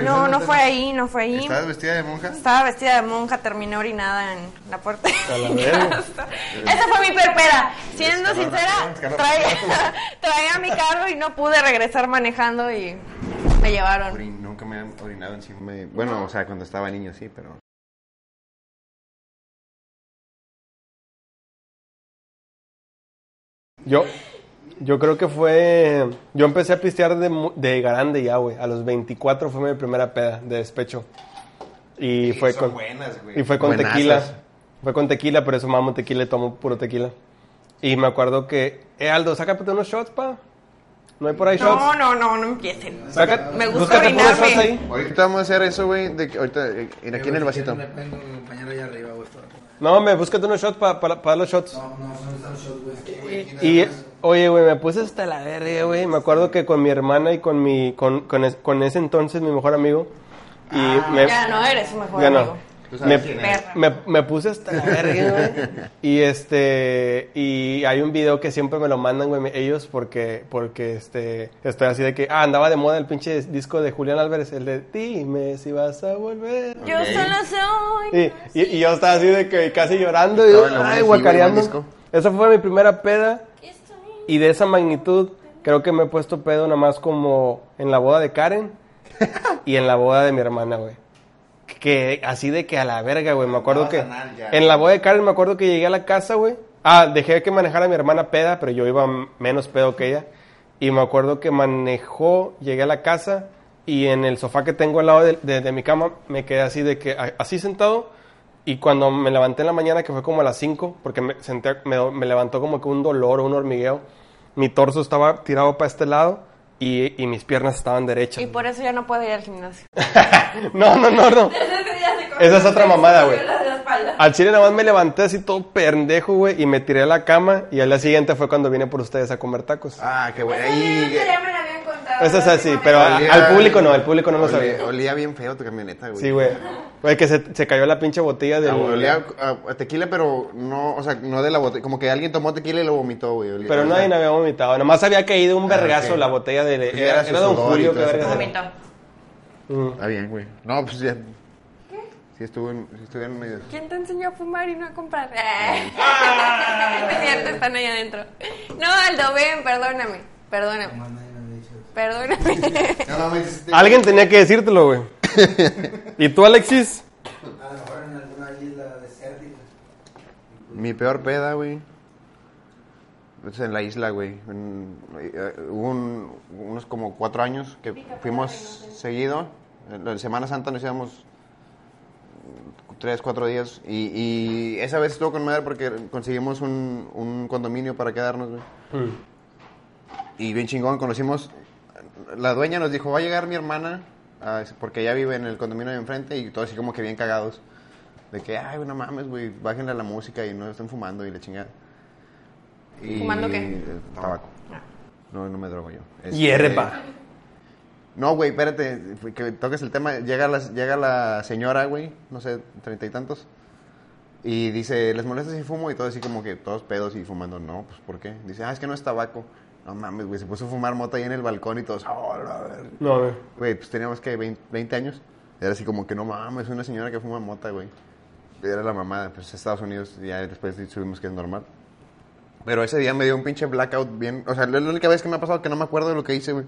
Speaker 1: No, no fue ahí, no fue ahí.
Speaker 3: ¿Estabas vestida de monja?
Speaker 1: Estaba vestida de monja, terminé orinada en la puerta.
Speaker 2: A la
Speaker 1: de mi
Speaker 2: verga.
Speaker 1: casa. Esa fue mi perpera. Siendo
Speaker 3: Escalón,
Speaker 1: sincera,
Speaker 3: escalón.
Speaker 1: traía, traía mi carro y no pude regresar manejando y me llevaron.
Speaker 3: Orin- nunca me han orinado encima. Me- bueno, o sea, cuando estaba niño sí, pero.
Speaker 2: Yo, yo creo que fue. Yo empecé a pistear de, mu- de grande ya, güey. A los 24 fue mi primera peda de despecho. Y fue con.
Speaker 6: buenas, güey.
Speaker 2: Y fue con
Speaker 3: Buenazas.
Speaker 2: tequila. Fue con tequila, por eso mamo tequila y tomo puro tequila. Y me acuerdo que. Eh, Aldo, sácate unos shots, pa. No hay por ahí
Speaker 1: No,
Speaker 2: shots.
Speaker 1: no, no, no empiecen.
Speaker 2: Saca-
Speaker 1: Me gusta
Speaker 2: búscate puros
Speaker 1: orinarme.
Speaker 2: shots ahí.
Speaker 3: Ahorita vamos a hacer eso, güey. de que Ahorita, eh, mira, aquí en el vasito.
Speaker 6: Le prendo a mi compañero allá arriba, güey. todo.
Speaker 2: No, me búscate unos shots para los shots.
Speaker 6: No, no, son están shots, güey. Sí, güey, aquí nada
Speaker 2: Y,
Speaker 6: más.
Speaker 2: oye, güey, me puse hasta la verga, güey. Me acuerdo que con mi hermana y con mi. Con, con, es- con ese entonces mi mejor amigo. Y me,
Speaker 1: Ah, Ya no eres su mejor
Speaker 2: Ya
Speaker 1: amigo.
Speaker 2: no.
Speaker 3: Tú
Speaker 2: Me,
Speaker 3: sabes quién
Speaker 1: eres.
Speaker 2: me- me puse hasta la verga, güey. Y este. Y hay un video que siempre me lo mandan, güey, me- ellos, porque. Porque este. Estoy así de que. Ah, andaba de moda el pinche disco de Julián Álvarez, el de Dime si vas a volver.
Speaker 1: Yo
Speaker 3: Ok.
Speaker 1: solo soy.
Speaker 2: Y, y- y yo estaba así de que casi llorando. Y,
Speaker 3: Estaba en la
Speaker 2: ay,
Speaker 3: UNAM,
Speaker 2: guacareando.
Speaker 3: sí, güey, en el disco.
Speaker 2: Esa fue mi primera peda. Y de esa magnitud, creo que me he puesto pedo nada más como en la boda de Karen y en la boda de mi hermana, güey. Que así de que a la verga, güey. Me acuerdo que.
Speaker 6: Andabas anal ya.
Speaker 2: En la boda de Karen me acuerdo que llegué a la casa, güey. Ah, dejé que manejara a mi hermana peda, pero yo iba m- menos pedo que ella. Y me acuerdo que manejó, llegué a la casa y en el sofá que tengo al lado de, de- de mi cama me quedé así de que, a- así sentado. Y cuando me levanté en la mañana, que fue como a las 5, porque me, senté, me, do- me levantó como que un dolor o un hormigueo, mi torso estaba tirado para este lado y, y mis piernas estaban derechas.
Speaker 1: Y por eso ya no puedo ir al gimnasio.
Speaker 2: No, no, no, no. Esa es otra mamada, güey. Al chile nada más me levanté así todo pendejo, güey, y me tiré a la cama y al día siguiente fue cuando vine por ustedes a comer tacos.
Speaker 3: Ah, qué bueno. Ahí.
Speaker 1: me la habían contado.
Speaker 2: Eso es así, pero a-
Speaker 3: Olía-
Speaker 2: al público no, al público no lo
Speaker 3: olía,
Speaker 2: sabía.
Speaker 3: olía bien feo tu camioneta, güey.
Speaker 2: Sí, güey. Güey, que se, se cayó la pinche botella
Speaker 3: Ah, güey,
Speaker 2: del...
Speaker 3: olía a, a tequila, pero no, o sea, no de la botella. Como que alguien tomó tequila y lo vomitó, güey. olía-
Speaker 2: Pero nadie me había vomitado. Nomás había caído un
Speaker 3: Ah,
Speaker 2: vergazo
Speaker 3: ok.
Speaker 2: la botella de...
Speaker 3: Sí,
Speaker 2: Era,
Speaker 3: era su
Speaker 2: era Don
Speaker 3: sudor y
Speaker 2: Julio,
Speaker 3: todo
Speaker 2: que
Speaker 3: eso.
Speaker 2: vergas era.
Speaker 1: Vomito.
Speaker 2: Mm.
Speaker 3: Está bien, güey. No, pues ya. Sí, estuvo en, sí estuvieron medio.
Speaker 1: ¿Quién te enseñó a fumar y no a comprar?
Speaker 3: Ah.
Speaker 1: No es cierto, están ahí adentro. No, Aldo, ven, perdóname. Perdóname.
Speaker 6: Nomás nadie me había dicho.
Speaker 1: Perdóname.
Speaker 3: No, no, me hiciste-
Speaker 2: Alguien tenía que decírtelo, güey. ¿Y tú, Alexis?
Speaker 6: A lo mejor en alguna isla desértica.
Speaker 3: Mi peor peda, güey. Es en la isla, güey. En- eh, Hubo un- unos como cuatro años que fuimos seguido. En la Semana Santa nos íbamos mm, tres, cuatro días. Y, y esa vez estuvo con madre porque conseguimos un, un condominio para quedarnos, güey. Y bien chingón, conocimos. La dueña nos dijo: Va a llegar mi hermana, ah, porque ella vive en el condominio de enfrente. Y todos así como que bien cagados. De que, ay, güey, no mames, güey, bájenle a la música y no están fumando y la chingada. Y-
Speaker 1: ¿Fumando qué? Ah.
Speaker 3: eh, Tabaco. No, no me drogo yo. Este,
Speaker 2: Hierba.
Speaker 3: No, güey, espérate, que toques el tema. Llega la, llega la señora, güey, no sé, treinta y tantos. Y dice, ¿les molesta si fumo? Y todo así como que todos pedos y fumando. No, pues, ¿por qué? Dice, ah, es que no es tabaco. No mames, güey, se puso a fumar mota ahí en el balcón y todos, "Oh, la verga".
Speaker 2: No, güey.
Speaker 3: Güey, pues teníamos que 20, 20 años. Era así como que no mames, una señora que fuma mota, güey. Era la mamada, pues Estados Unidos, ya después subimos que es normal. Pero ese día me dio un pinche blackout bien. O sea, es la única vez que me ha pasado que no me acuerdo de lo que hice, güey.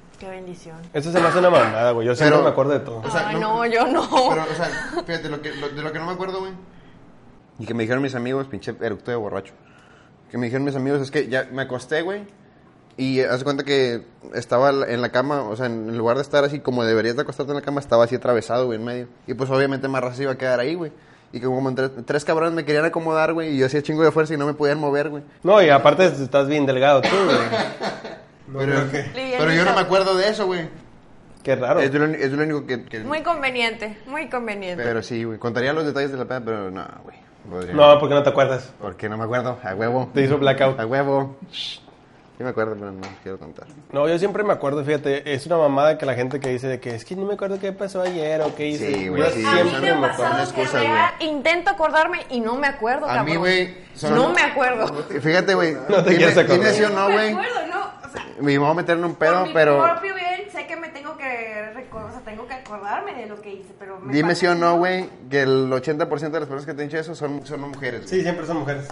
Speaker 1: Qué bendición.
Speaker 2: Eso se me hace una mamada, güey. Yo siempre
Speaker 3: Pero-
Speaker 2: me acuerdo de todo.
Speaker 3: O sea,
Speaker 1: Ay,
Speaker 3: no-
Speaker 1: no, yo no.
Speaker 3: Pero, o sea, fíjate, lo que, lo- de lo que no me acuerdo, güey. Y que me dijeron mis amigos, pinche eructo de borracho. Que me dijeron mis amigos, es que ya me acosté, güey. Y hace cuenta que estaba la- en la cama, o sea, en lugar de estar así como deberías de acostarte en la cama, estaba así atravesado, güey, en medio. Y pues obviamente más raza se iba a quedar ahí, güey. Y como entre- tres cabrones me querían acomodar, güey, y yo hacía chingo de fuerza y no me podían mover, güey.
Speaker 2: No, y aparte estás bien delgado tú, güey.
Speaker 3: pero, pero yo no me acuerdo de eso, güey.
Speaker 2: Qué raro.
Speaker 3: Es, de lo, uni- es de lo único que... que-
Speaker 1: Muy conveniente, muy conveniente.
Speaker 3: Pero sí, güey. Contaría los detalles de la peda, pero no, güey. Podría-
Speaker 2: No, porque no te acuerdas.
Speaker 3: Porque no me acuerdo. A huevo.
Speaker 2: Te hizo blackout.
Speaker 3: A huevo. Shh. Yo me acuerdo, pero no quiero contar.
Speaker 2: No, yo siempre me acuerdo, fíjate, es una mamada que la gente que dice de que es que no me acuerdo qué pasó ayer o qué hice.
Speaker 3: Sí, güey,
Speaker 2: Yo
Speaker 3: sí,
Speaker 1: a
Speaker 3: sí,
Speaker 1: mí
Speaker 3: sí,
Speaker 1: me ha
Speaker 3: me
Speaker 1: pasado
Speaker 3: acuerdo.
Speaker 1: que
Speaker 3: Excusas,
Speaker 1: real, intento acordarme y no me acuerdo,
Speaker 3: A
Speaker 1: cabrón.
Speaker 3: mí, güey. son-
Speaker 1: No me acuerdo.
Speaker 3: Fíjate, güey.
Speaker 2: No te
Speaker 3: dime-
Speaker 2: quieres acordar.
Speaker 3: dime sí o no, güey.
Speaker 1: me acuerdo, no. O sea,
Speaker 3: Me voy a meter en un
Speaker 1: por
Speaker 3: pedo,
Speaker 1: mi
Speaker 3: pero.
Speaker 1: propio bien, sé que me tengo que recor- o sea, tengo que acordarme de lo que hice, pero me
Speaker 3: Dime
Speaker 1: pasa-
Speaker 3: sí o no, güey, que el 80% de las personas que te han dicho eso son, son mujeres. güey.
Speaker 2: Sí, siempre son mujeres.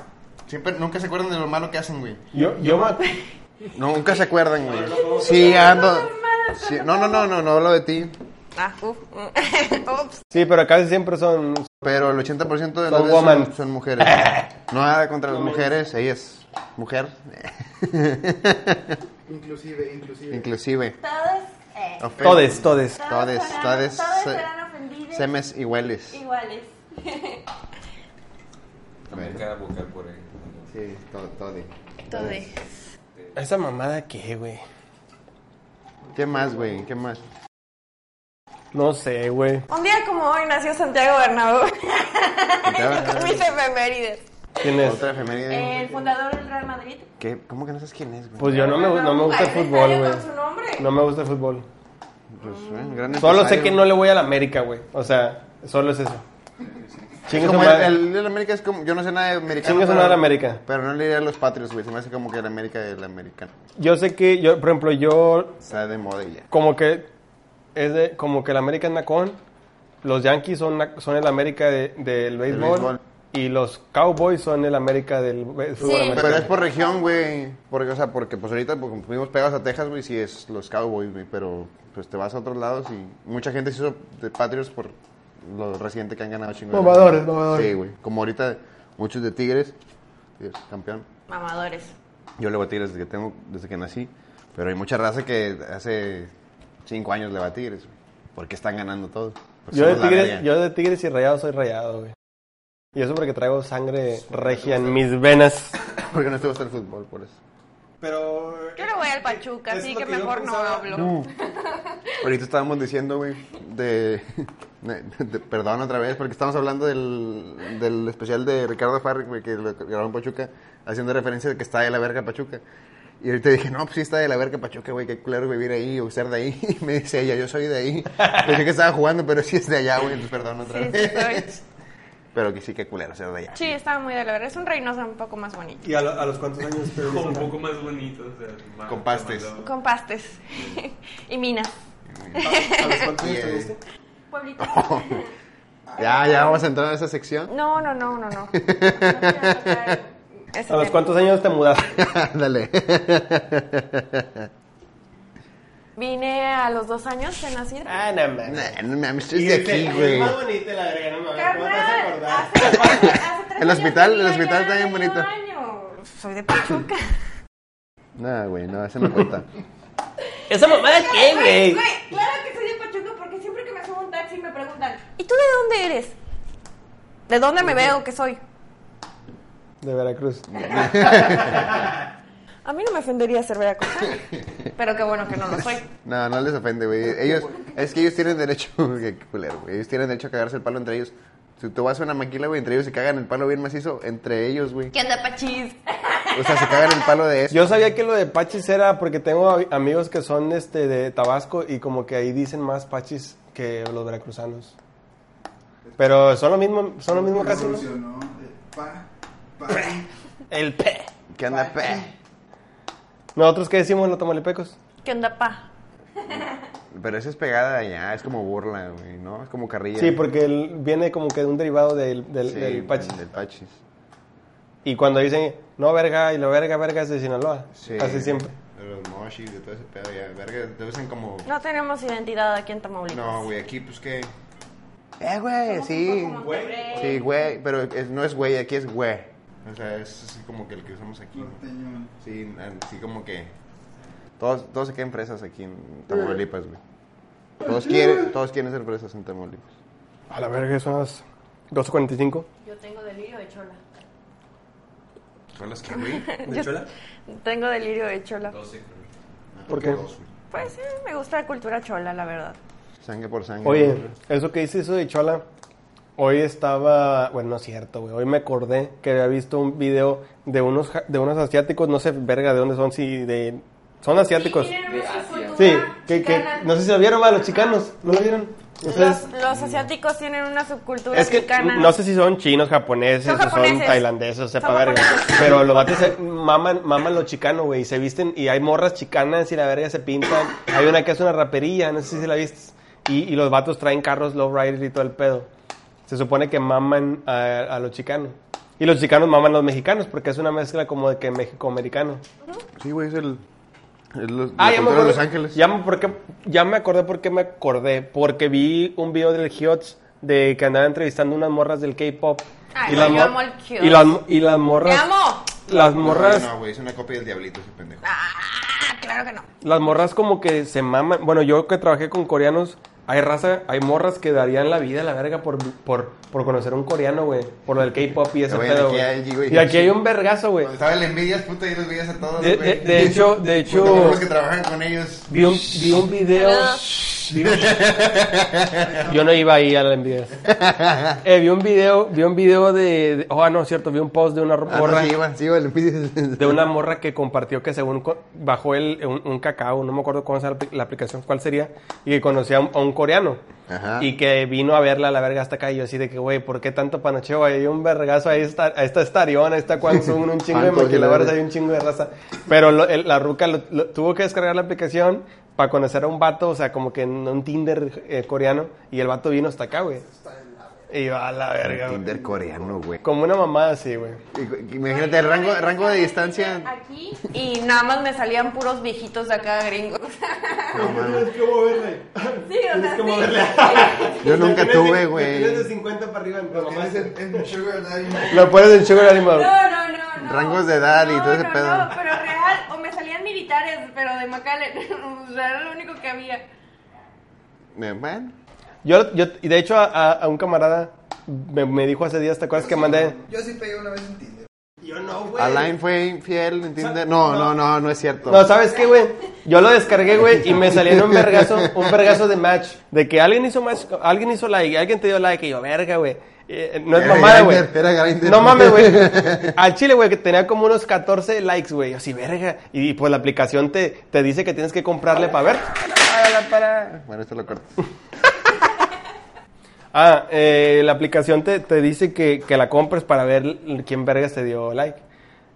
Speaker 3: Siempre, nunca se acuerdan de lo malo que hacen, güey.
Speaker 2: Yo, yo me acuerdo.
Speaker 3: No, nunca se acuerdan, güey. Sí, ando. sí, no, no, no, no, no hablo de ti.
Speaker 1: Ah, uff. Ups.
Speaker 2: Sí, pero casi siempre son.
Speaker 3: Pero el 80% de
Speaker 2: Son
Speaker 3: las veces
Speaker 2: woman.
Speaker 3: son, son mujeres. No nada contra las mujeres, ella es mujer.
Speaker 6: Inclusive, inclusive.
Speaker 3: Inclusive.
Speaker 1: Todos, eh,
Speaker 3: Ofen-
Speaker 2: Todes, todes.
Speaker 3: Todes,
Speaker 1: serán-
Speaker 3: todes,
Speaker 1: todos
Speaker 3: se-
Speaker 1: serán ofendidos
Speaker 3: Semes iguales.
Speaker 1: iguales.
Speaker 4: También
Speaker 3: Bueno.
Speaker 4: cada vocal por ahí.
Speaker 3: Sí, to- tode.
Speaker 1: Todes.
Speaker 2: ¿Esa mamada qué, güey?
Speaker 3: ¿Qué más, güey? ¿Qué más?
Speaker 2: No sé, güey.
Speaker 1: Un día como hoy nació Santiago Bernabéu. con mis efemérides.
Speaker 2: ¿Quién es?
Speaker 3: Otra efeméride.
Speaker 6: Eh.
Speaker 1: El fundador del Real Madrid.
Speaker 3: ¿Qué? ¿Cómo que no sabes quién es, güey?
Speaker 2: Pues yo no me, no me gusta el fútbol,
Speaker 1: Con su
Speaker 2: güey.
Speaker 1: nombre.
Speaker 2: No me gusta el fútbol.
Speaker 3: Pues, bueno, gran
Speaker 2: Solo sé
Speaker 3: empresario.
Speaker 2: que no le voy a la América, güey. O sea, solo es eso.
Speaker 3: Es
Speaker 2: Chinga su
Speaker 3: como el,
Speaker 2: madre.
Speaker 3: el, el América es como. Yo no sé nada de americano.
Speaker 2: Chinga su
Speaker 3: pero-
Speaker 2: madre América.
Speaker 3: Pero no le diría a los Patriots, güey. Se me hace como que el América el americano.
Speaker 2: Yo sé que, yo, por ejemplo, yo
Speaker 3: Está de moda y ya.
Speaker 2: como que es de, como que el América es Nacón, los Yankees son, na- son el América de- del béisbol,
Speaker 3: béisbol.
Speaker 2: y los Cowboys son el América del be- fútbol
Speaker 1: Sí.
Speaker 2: americano.
Speaker 3: Pero es por región, güey. Porque, o sea, porque pues ahorita pues, como fuimos pegados a Texas, güey, sí es los Cowboys, güey. Pero pues te vas a otros lados y mucha gente se hizo de Patriots por lo reciente que han ganado chingón.
Speaker 2: Mamadores, mamadores.
Speaker 3: Sí, güey. Como ahorita muchos de Tigres, Tigres campeón.
Speaker 1: Mamadores.
Speaker 3: Yo le voy a Tigres desde que, tengo, desde que nací. Pero hay mucha raza que hace cinco años le va a Tigres, güey. Porque están ganando todo. Porque
Speaker 2: yo, de
Speaker 3: somos la
Speaker 2: tigres,
Speaker 3: verga.
Speaker 2: yo de Tigres y Rayado soy Rayado, güey. Y eso porque traigo sangre regia en mis venas.
Speaker 3: Porque no te gusta el fútbol, por eso.
Speaker 2: Pero...
Speaker 1: Yo no voy al Pachuca,
Speaker 2: Es
Speaker 1: así
Speaker 2: lo
Speaker 1: que
Speaker 2: que yo
Speaker 1: mejor no
Speaker 2: pensaba.
Speaker 1: hablo.
Speaker 3: Ahorita estábamos diciendo, güey, de, de- de- Perdón otra vez, porque estamos hablando del, del especial de Ricardo Farrick, güey, que lo grabó en Pachuca, haciendo referencia de que está de la verga Pachuca. Y ahorita dije, no, pues sí está de la verga Pachuca, güey, qué culero vivir ahí o ser de ahí. Y me dice ella, yo soy de ahí. Pensé que estaba jugando, pero sí es de allá, güey, entonces perdón otra
Speaker 1: Sí, sí,
Speaker 3: vez.
Speaker 1: soy.
Speaker 3: Pero que sí, qué culero ser de allá.
Speaker 1: Sí, estaba muy de la verga. Es un reinoso un poco más bonito.
Speaker 2: ¿Y a, los cuantos años?
Speaker 4: Un poco más bonito, o sea, más-
Speaker 3: Con pastes.
Speaker 4: más-
Speaker 1: Con pastes. y minas.
Speaker 2: ¿A los cuantos
Speaker 3: años te gusta?
Speaker 1: Pueblito.
Speaker 3: Ya, ya vamos a entrar a esa sección.
Speaker 1: No, no, no, no, no. No quiero tocar ese
Speaker 2: ¿A los
Speaker 1: tema.
Speaker 2: cuantos años te mudaste?
Speaker 3: Dale.
Speaker 1: Vine a los dos años de nacida.
Speaker 2: Ah, no, man.
Speaker 3: Nah, no mames, estoy de aquí, güey.
Speaker 2: bonita la verga, no mames.
Speaker 1: Carnal, hace, hace tres
Speaker 3: El
Speaker 1: años
Speaker 3: hospital, el
Speaker 1: vivía
Speaker 3: hospital
Speaker 1: allá,
Speaker 3: está bien bonito.
Speaker 1: año. Soy de Pachuca.
Speaker 3: No, güey, no, eso no cuenta.
Speaker 2: ¿Esa mamada qué, güey?
Speaker 1: Güey, claro que soy de Pachuca porque siempre que me subo a un taxi me preguntan, ¿y tú de dónde eres? ¿De dónde me veo que soy?
Speaker 2: De Veracruz.
Speaker 1: A mí no me ofendería ser veracruzana, pero qué bueno que no lo soy.
Speaker 3: No, no les ofende, güey. Ellos, es que ellos tienen derecho, qué culero, güey. Ellos tienen derecho a cagarse el palo entre ellos. Si tú vas a una maquila, güey, entre ellos se cagan el palo bien macizo, entre ellos, güey.
Speaker 1: ¿Qué onda, Pachis?
Speaker 3: O sea, se cagan el palo de eso.
Speaker 2: Yo sabía que lo de Pachis era porque tengo ami- amigos que son este de Tabasco y como que ahí dicen más Pachis que los veracruzanos. Pero son lo mismo, son lo mismo casi. ¿no?
Speaker 6: Revolucionó. eh, Pa, pa.
Speaker 2: El pe.
Speaker 3: ¿Qué anda, pe?
Speaker 2: Nosotros qué decimos los tamaulipecos?
Speaker 1: ¿Qué onda, pa?
Speaker 3: Pero esa es pegada allá, es como burla, güey, ¿no? Es como carrilla.
Speaker 2: Sí, porque el- viene como que de un derivado del, del,
Speaker 3: Sí,
Speaker 2: del Pachis.
Speaker 3: Del pachis.
Speaker 2: Y cuando dicen, no verga, y la verga, verga es de Sinaloa. Así siempre.
Speaker 3: De los moshis, de todo ese pedo, ya, verga, te usan como...
Speaker 1: No tenemos identidad aquí en Tamaulipas.
Speaker 3: No, güey, aquí, pues, ¿qué? Eh, güey, sí. Sí,
Speaker 1: Güey.
Speaker 3: güey, pero es- no es güey, aquí es güey. O sea, es así como que el que usamos aquí. ¿no?
Speaker 6: Norteño.
Speaker 3: Sí, así como que. Todos, todos se quedan presas aquí en Tamaulipas, güey. Todos quieren, todos quieren ser presas en Tamaulipas.
Speaker 2: A la verga, son las 2.45.
Speaker 1: Yo tengo delirio de chola.
Speaker 3: ¿Son las que, güey?
Speaker 2: ¿De chola?
Speaker 1: Tengo delirio de chola.
Speaker 4: 12,
Speaker 2: ¿Por qué?
Speaker 1: Pues sí, me gusta la cultura chola, la verdad.
Speaker 3: Sangre por sangre.
Speaker 2: Oye, eso que dice eso de Chola, Hoy estaba, bueno, no es cierto, güey. Hoy me acordé que había visto un video de unos ja- de unos asiáticos, no sé verga de dónde son, si de son asiáticos.
Speaker 7: De Asia.
Speaker 2: Sí, que, que no sé si lo vieron, va, los chicanos, ¿no lo vieron? Ustedes-
Speaker 1: Los, los asiáticos tienen una subcultura
Speaker 2: es que
Speaker 1: mexicana.
Speaker 2: no sé si son chinos, japoneses,
Speaker 1: Son
Speaker 2: o son
Speaker 1: japoneses.
Speaker 2: tailandeses, o sepa
Speaker 1: Son
Speaker 2: verga.
Speaker 1: japoneses.
Speaker 2: Pero los vatos se maman, maman los chicanos, güey, y se visten, y hay morras chicanas y la verga se pintan. Hay una que es una rapería, no sé si la viste. Y, y los vatos traen carros lowriders y todo el pedo. Se supone que maman a, a los chicanos. Y los chicanos maman a los mexicanos, porque es una mezcla como de que México-americano.
Speaker 3: Sí, güey, es el. Es los,
Speaker 2: Ah,
Speaker 3: la
Speaker 2: ya me
Speaker 3: cultura
Speaker 2: acordé.
Speaker 3: de Los Ángeles.
Speaker 2: Ya me, porque, ya me acordé porque me acordé. Porque vi un video del Hiots de que andaba entrevistando unas morras del K-pop.
Speaker 1: Ay,
Speaker 2: las
Speaker 1: yo
Speaker 2: mor-
Speaker 1: amo al Hiots.
Speaker 2: y las, y las
Speaker 1: ¡Te
Speaker 2: morras.
Speaker 1: amo!
Speaker 2: Las
Speaker 3: No,
Speaker 2: morras.
Speaker 3: No, güey, es una copia del diablito ese pendejo.
Speaker 1: Ah, claro que no.
Speaker 2: Las morras como que se maman. Bueno, yo que trabajé con coreanos, hay raza, hay morras que darían la vida a la verga por, por, por conocer un coreano, güey. Por lo del K-pop y ese
Speaker 3: Güey,
Speaker 2: pedo,
Speaker 3: aquí
Speaker 2: güey.
Speaker 3: hay, güey.
Speaker 2: Y aquí hay un vergazo, güey.
Speaker 3: Cuando estaba el envidias, puta, y los veías a todos.
Speaker 2: De-
Speaker 3: güey.
Speaker 2: de- de hecho- de
Speaker 3: Puta,
Speaker 2: hecho-
Speaker 3: todos los que trabajan con ellos.
Speaker 2: Vi un, vi un video. vi un- Yo no iba ahí a la envidia. Eh, vi un video, vi un video de, de- oh, ah, no, cierto, vi un post de una
Speaker 3: Ah, no,
Speaker 2: morra,
Speaker 3: sí, iba, sí, iba el envidias.
Speaker 2: de una morra que compartió que según co- bajó el, un, un cacao, no me acuerdo cómo es la, apli- la aplicación, cuál sería, y que conocía a un, a un coreano.
Speaker 3: Ajá.
Speaker 2: Y que vino a verla a la verga hasta acá y yo así de que, güey, ¿por qué tanto panocheo? Hay un vergazo, ahí está, ahí está Starion, ahí está Kwang Sung, un chingo de
Speaker 3: Fantos,
Speaker 2: maquiladores,
Speaker 3: sí,
Speaker 2: hay un chingo de raza. Pero lo- el- la ruca lo- lo- tuvo que descargar la aplicación para conocer a un vato, o sea, como que en un Tinder eh, coreano, y el vato vino hasta acá, güey. Y va a la verga, güey.
Speaker 3: Tinder coreano, güey.
Speaker 2: Como una mamada así, güey.
Speaker 3: Y- Imagínate, el rango, el rango de distancia.
Speaker 7: Aquí.
Speaker 1: Y nada más me salían puros viejitos de acá gringos.
Speaker 3: No, mames.
Speaker 5: que moverle.
Speaker 1: sí, o sea, sí.
Speaker 3: Yo nunca tuve, güey.
Speaker 5: Tienes de 50 para arriba.
Speaker 6: Lo tienes en, en Sugar Daddy.
Speaker 2: Lo pones en Sugar Animal.
Speaker 1: No, no, no, no.
Speaker 3: Rangos de edad y todo ese
Speaker 1: no,
Speaker 3: pedo.
Speaker 1: No, pero real, o me salían militares, pero de Macale, o sea, era lo único que había.
Speaker 3: Eh, Bueno.
Speaker 2: Yo, yo, y de hecho, a, a- a un camarada me, me dijo hace días, ¿te acuerdas que mandé?
Speaker 6: Yo sí pegué una vez en Tinder.
Speaker 5: Yo no, güey.
Speaker 3: Alain fue infiel, ¿entiendes? No, no, no, no es cierto.
Speaker 2: No, ¿sabes qué, güey? Yo lo descargué, güey, y me salía en un vergazo, un vergazo de match. De que alguien hizo match, alguien hizo like, alguien te dio like, y yo, verga, güey. Eh, no es
Speaker 3: Era
Speaker 2: mamada, güey.
Speaker 3: Grindr, era Grindr.
Speaker 2: No mames, güey. Al chile, güey, que tenía como unos 14 likes, güey. Yo Así, verga. Y, pues la aplicación te, te dice que tienes que comprarle para ver.
Speaker 3: Bueno, esto lo corto.
Speaker 2: Ah, eh, la aplicación te, te dice que, que la compres para ver l- quién vergas te dio like.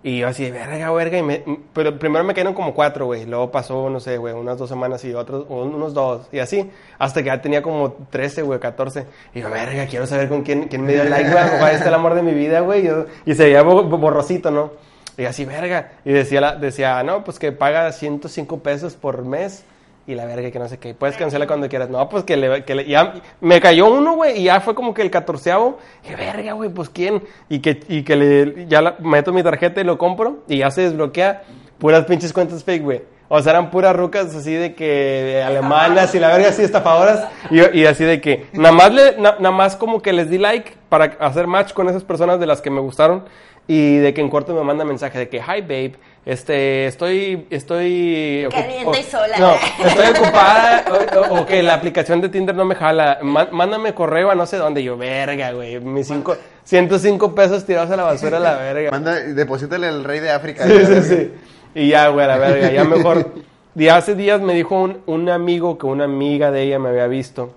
Speaker 2: Y yo así, verga, verga. Y me- m- pero primero me quedaron como cuatro, güey. Luego pasó, no sé, güey, unas dos semanas y otros, un- unos dos. Y así, hasta que ya tenía como 13, güey, 14. Y yo, verga, quiero saber con quién, quién me dio like, güey. A lo mejor este es el amor de mi vida, güey. Y yo- Y se veía bo- bo- borrosito, ¿no? Y así, verga. Y decía, la, decía, no, pues que paga 105 pesos por mes. Y la verga, que no sé qué. Puedes cancelar cuando quieras. No, pues que le. Que le- ya, me cayó uno, güey, y ya fue como que el catorceavo. Qué verga, güey, pues quién. Y que, y que le. Ya la- meto mi tarjeta y lo compro. Y ya se desbloquea. Puras pinches cuentas fake, güey. O sea, eran puras rucas así de que alemanas y la verga así estafadoras. Y, y así de que nada más, le, na- nada más como que les di like para hacer match con esas personas de las que me gustaron. Y de que en corto me manda mensaje de que, hi babe, este, estoy, estoy... ocu-
Speaker 1: Caliente y sola.
Speaker 2: No, estoy ocupada o, o- o que la aplicación de Tinder no me jala. Má- mándame correo a no sé dónde. Y Yo, verga, güey, mis cinco, 105 pesos tirados a la basura, la verga.
Speaker 3: Manda, deposítale al rey de África.
Speaker 2: Sí, sí, sí. Y ya, güey, a la verga, ya mejor. Y hace días me dijo un, un amigo que una amiga de ella me había visto.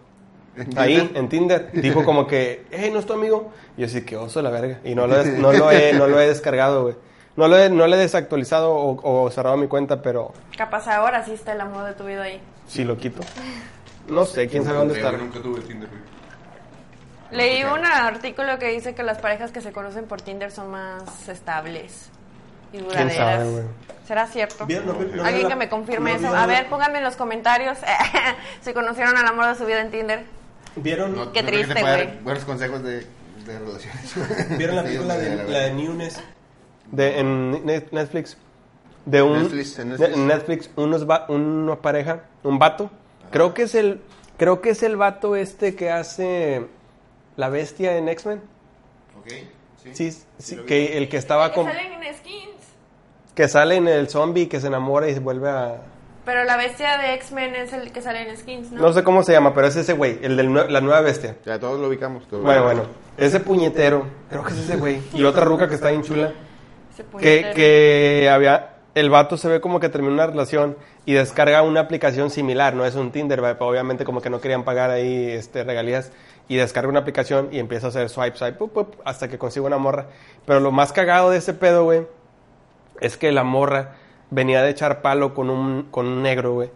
Speaker 3: ¿En
Speaker 2: Ahí,
Speaker 3: Tinder?
Speaker 2: en Tinder. Dijo como que, hey, ¿no es tu amigo? Y yo sí, que oso la verga. Y no lo, des- no lo, he, no lo he descargado, güey. No lo he, no lo he desactualizado o, o cerrado mi cuenta, pero
Speaker 1: Capaz ahora sí está el amor de tu vida ahí.
Speaker 2: sí lo quito. No sé, quién sabe dónde
Speaker 4: Yo
Speaker 2: está.
Speaker 4: Nunca tuve Tinder, güey.
Speaker 1: Leí un artículo que dice que las parejas que se conocen por Tinder son más estables y duraderas.
Speaker 2: sabe, güey?
Speaker 1: ¿Será cierto?
Speaker 5: Bien, no, no, no,
Speaker 1: Alguien
Speaker 5: no,
Speaker 1: que
Speaker 5: no,
Speaker 1: me confirme
Speaker 5: no,
Speaker 1: eso.
Speaker 5: no,
Speaker 1: A
Speaker 5: no.
Speaker 1: ver, pónganme en los comentarios si conocieron al amor de su vida en Tinder.
Speaker 2: ¿Vieron,
Speaker 3: No,
Speaker 1: Qué
Speaker 3: no creo que
Speaker 1: triste,
Speaker 3: te pueda dar
Speaker 1: güey.
Speaker 3: Buenos consejos de, de relaciones.
Speaker 2: ¿vieron la
Speaker 3: Sí,
Speaker 2: película
Speaker 3: de
Speaker 2: de,
Speaker 3: la
Speaker 2: la de
Speaker 3: verdad.
Speaker 2: Newness? De, en Net- Netflix. De un,
Speaker 3: Netflix, en
Speaker 2: de-
Speaker 3: Netflix.
Speaker 2: en Netflix, unos va- una pareja, un vato. Creo que es el creo que es el vato este que hace la bestia en X-Men.
Speaker 3: Ok,
Speaker 2: Sí, sí,
Speaker 3: lo vi.
Speaker 2: que el que estaba con
Speaker 1: salen en skins.
Speaker 2: que sale en el zombie que se enamora y se vuelve a
Speaker 1: Pero la bestia de X-Men es el que sale en Skins, ¿no?
Speaker 2: No sé cómo se llama, pero es ese güey, el de la nueva bestia.
Speaker 3: Ya todos lo ubicamos. todos lo
Speaker 2: Bueno, bueno.
Speaker 3: ubicamos.
Speaker 2: Ese puñetero, creo que es ese güey. Y la otra ruca que está bien chula.
Speaker 1: Ese
Speaker 2: Que,
Speaker 1: puñetero.
Speaker 2: que había. El vato se ve como que terminó una relación y descarga una aplicación similar, no es un Tinder, va, obviamente como que no querían pagar ahí este, regalías y descarga una aplicación y empieza a hacer swipe, swipe, pup, pup, hasta que consigue una morra. Pero lo más cagado de ese pedo, güey, es que la morra venía de echar palo con un, con un negro, güey.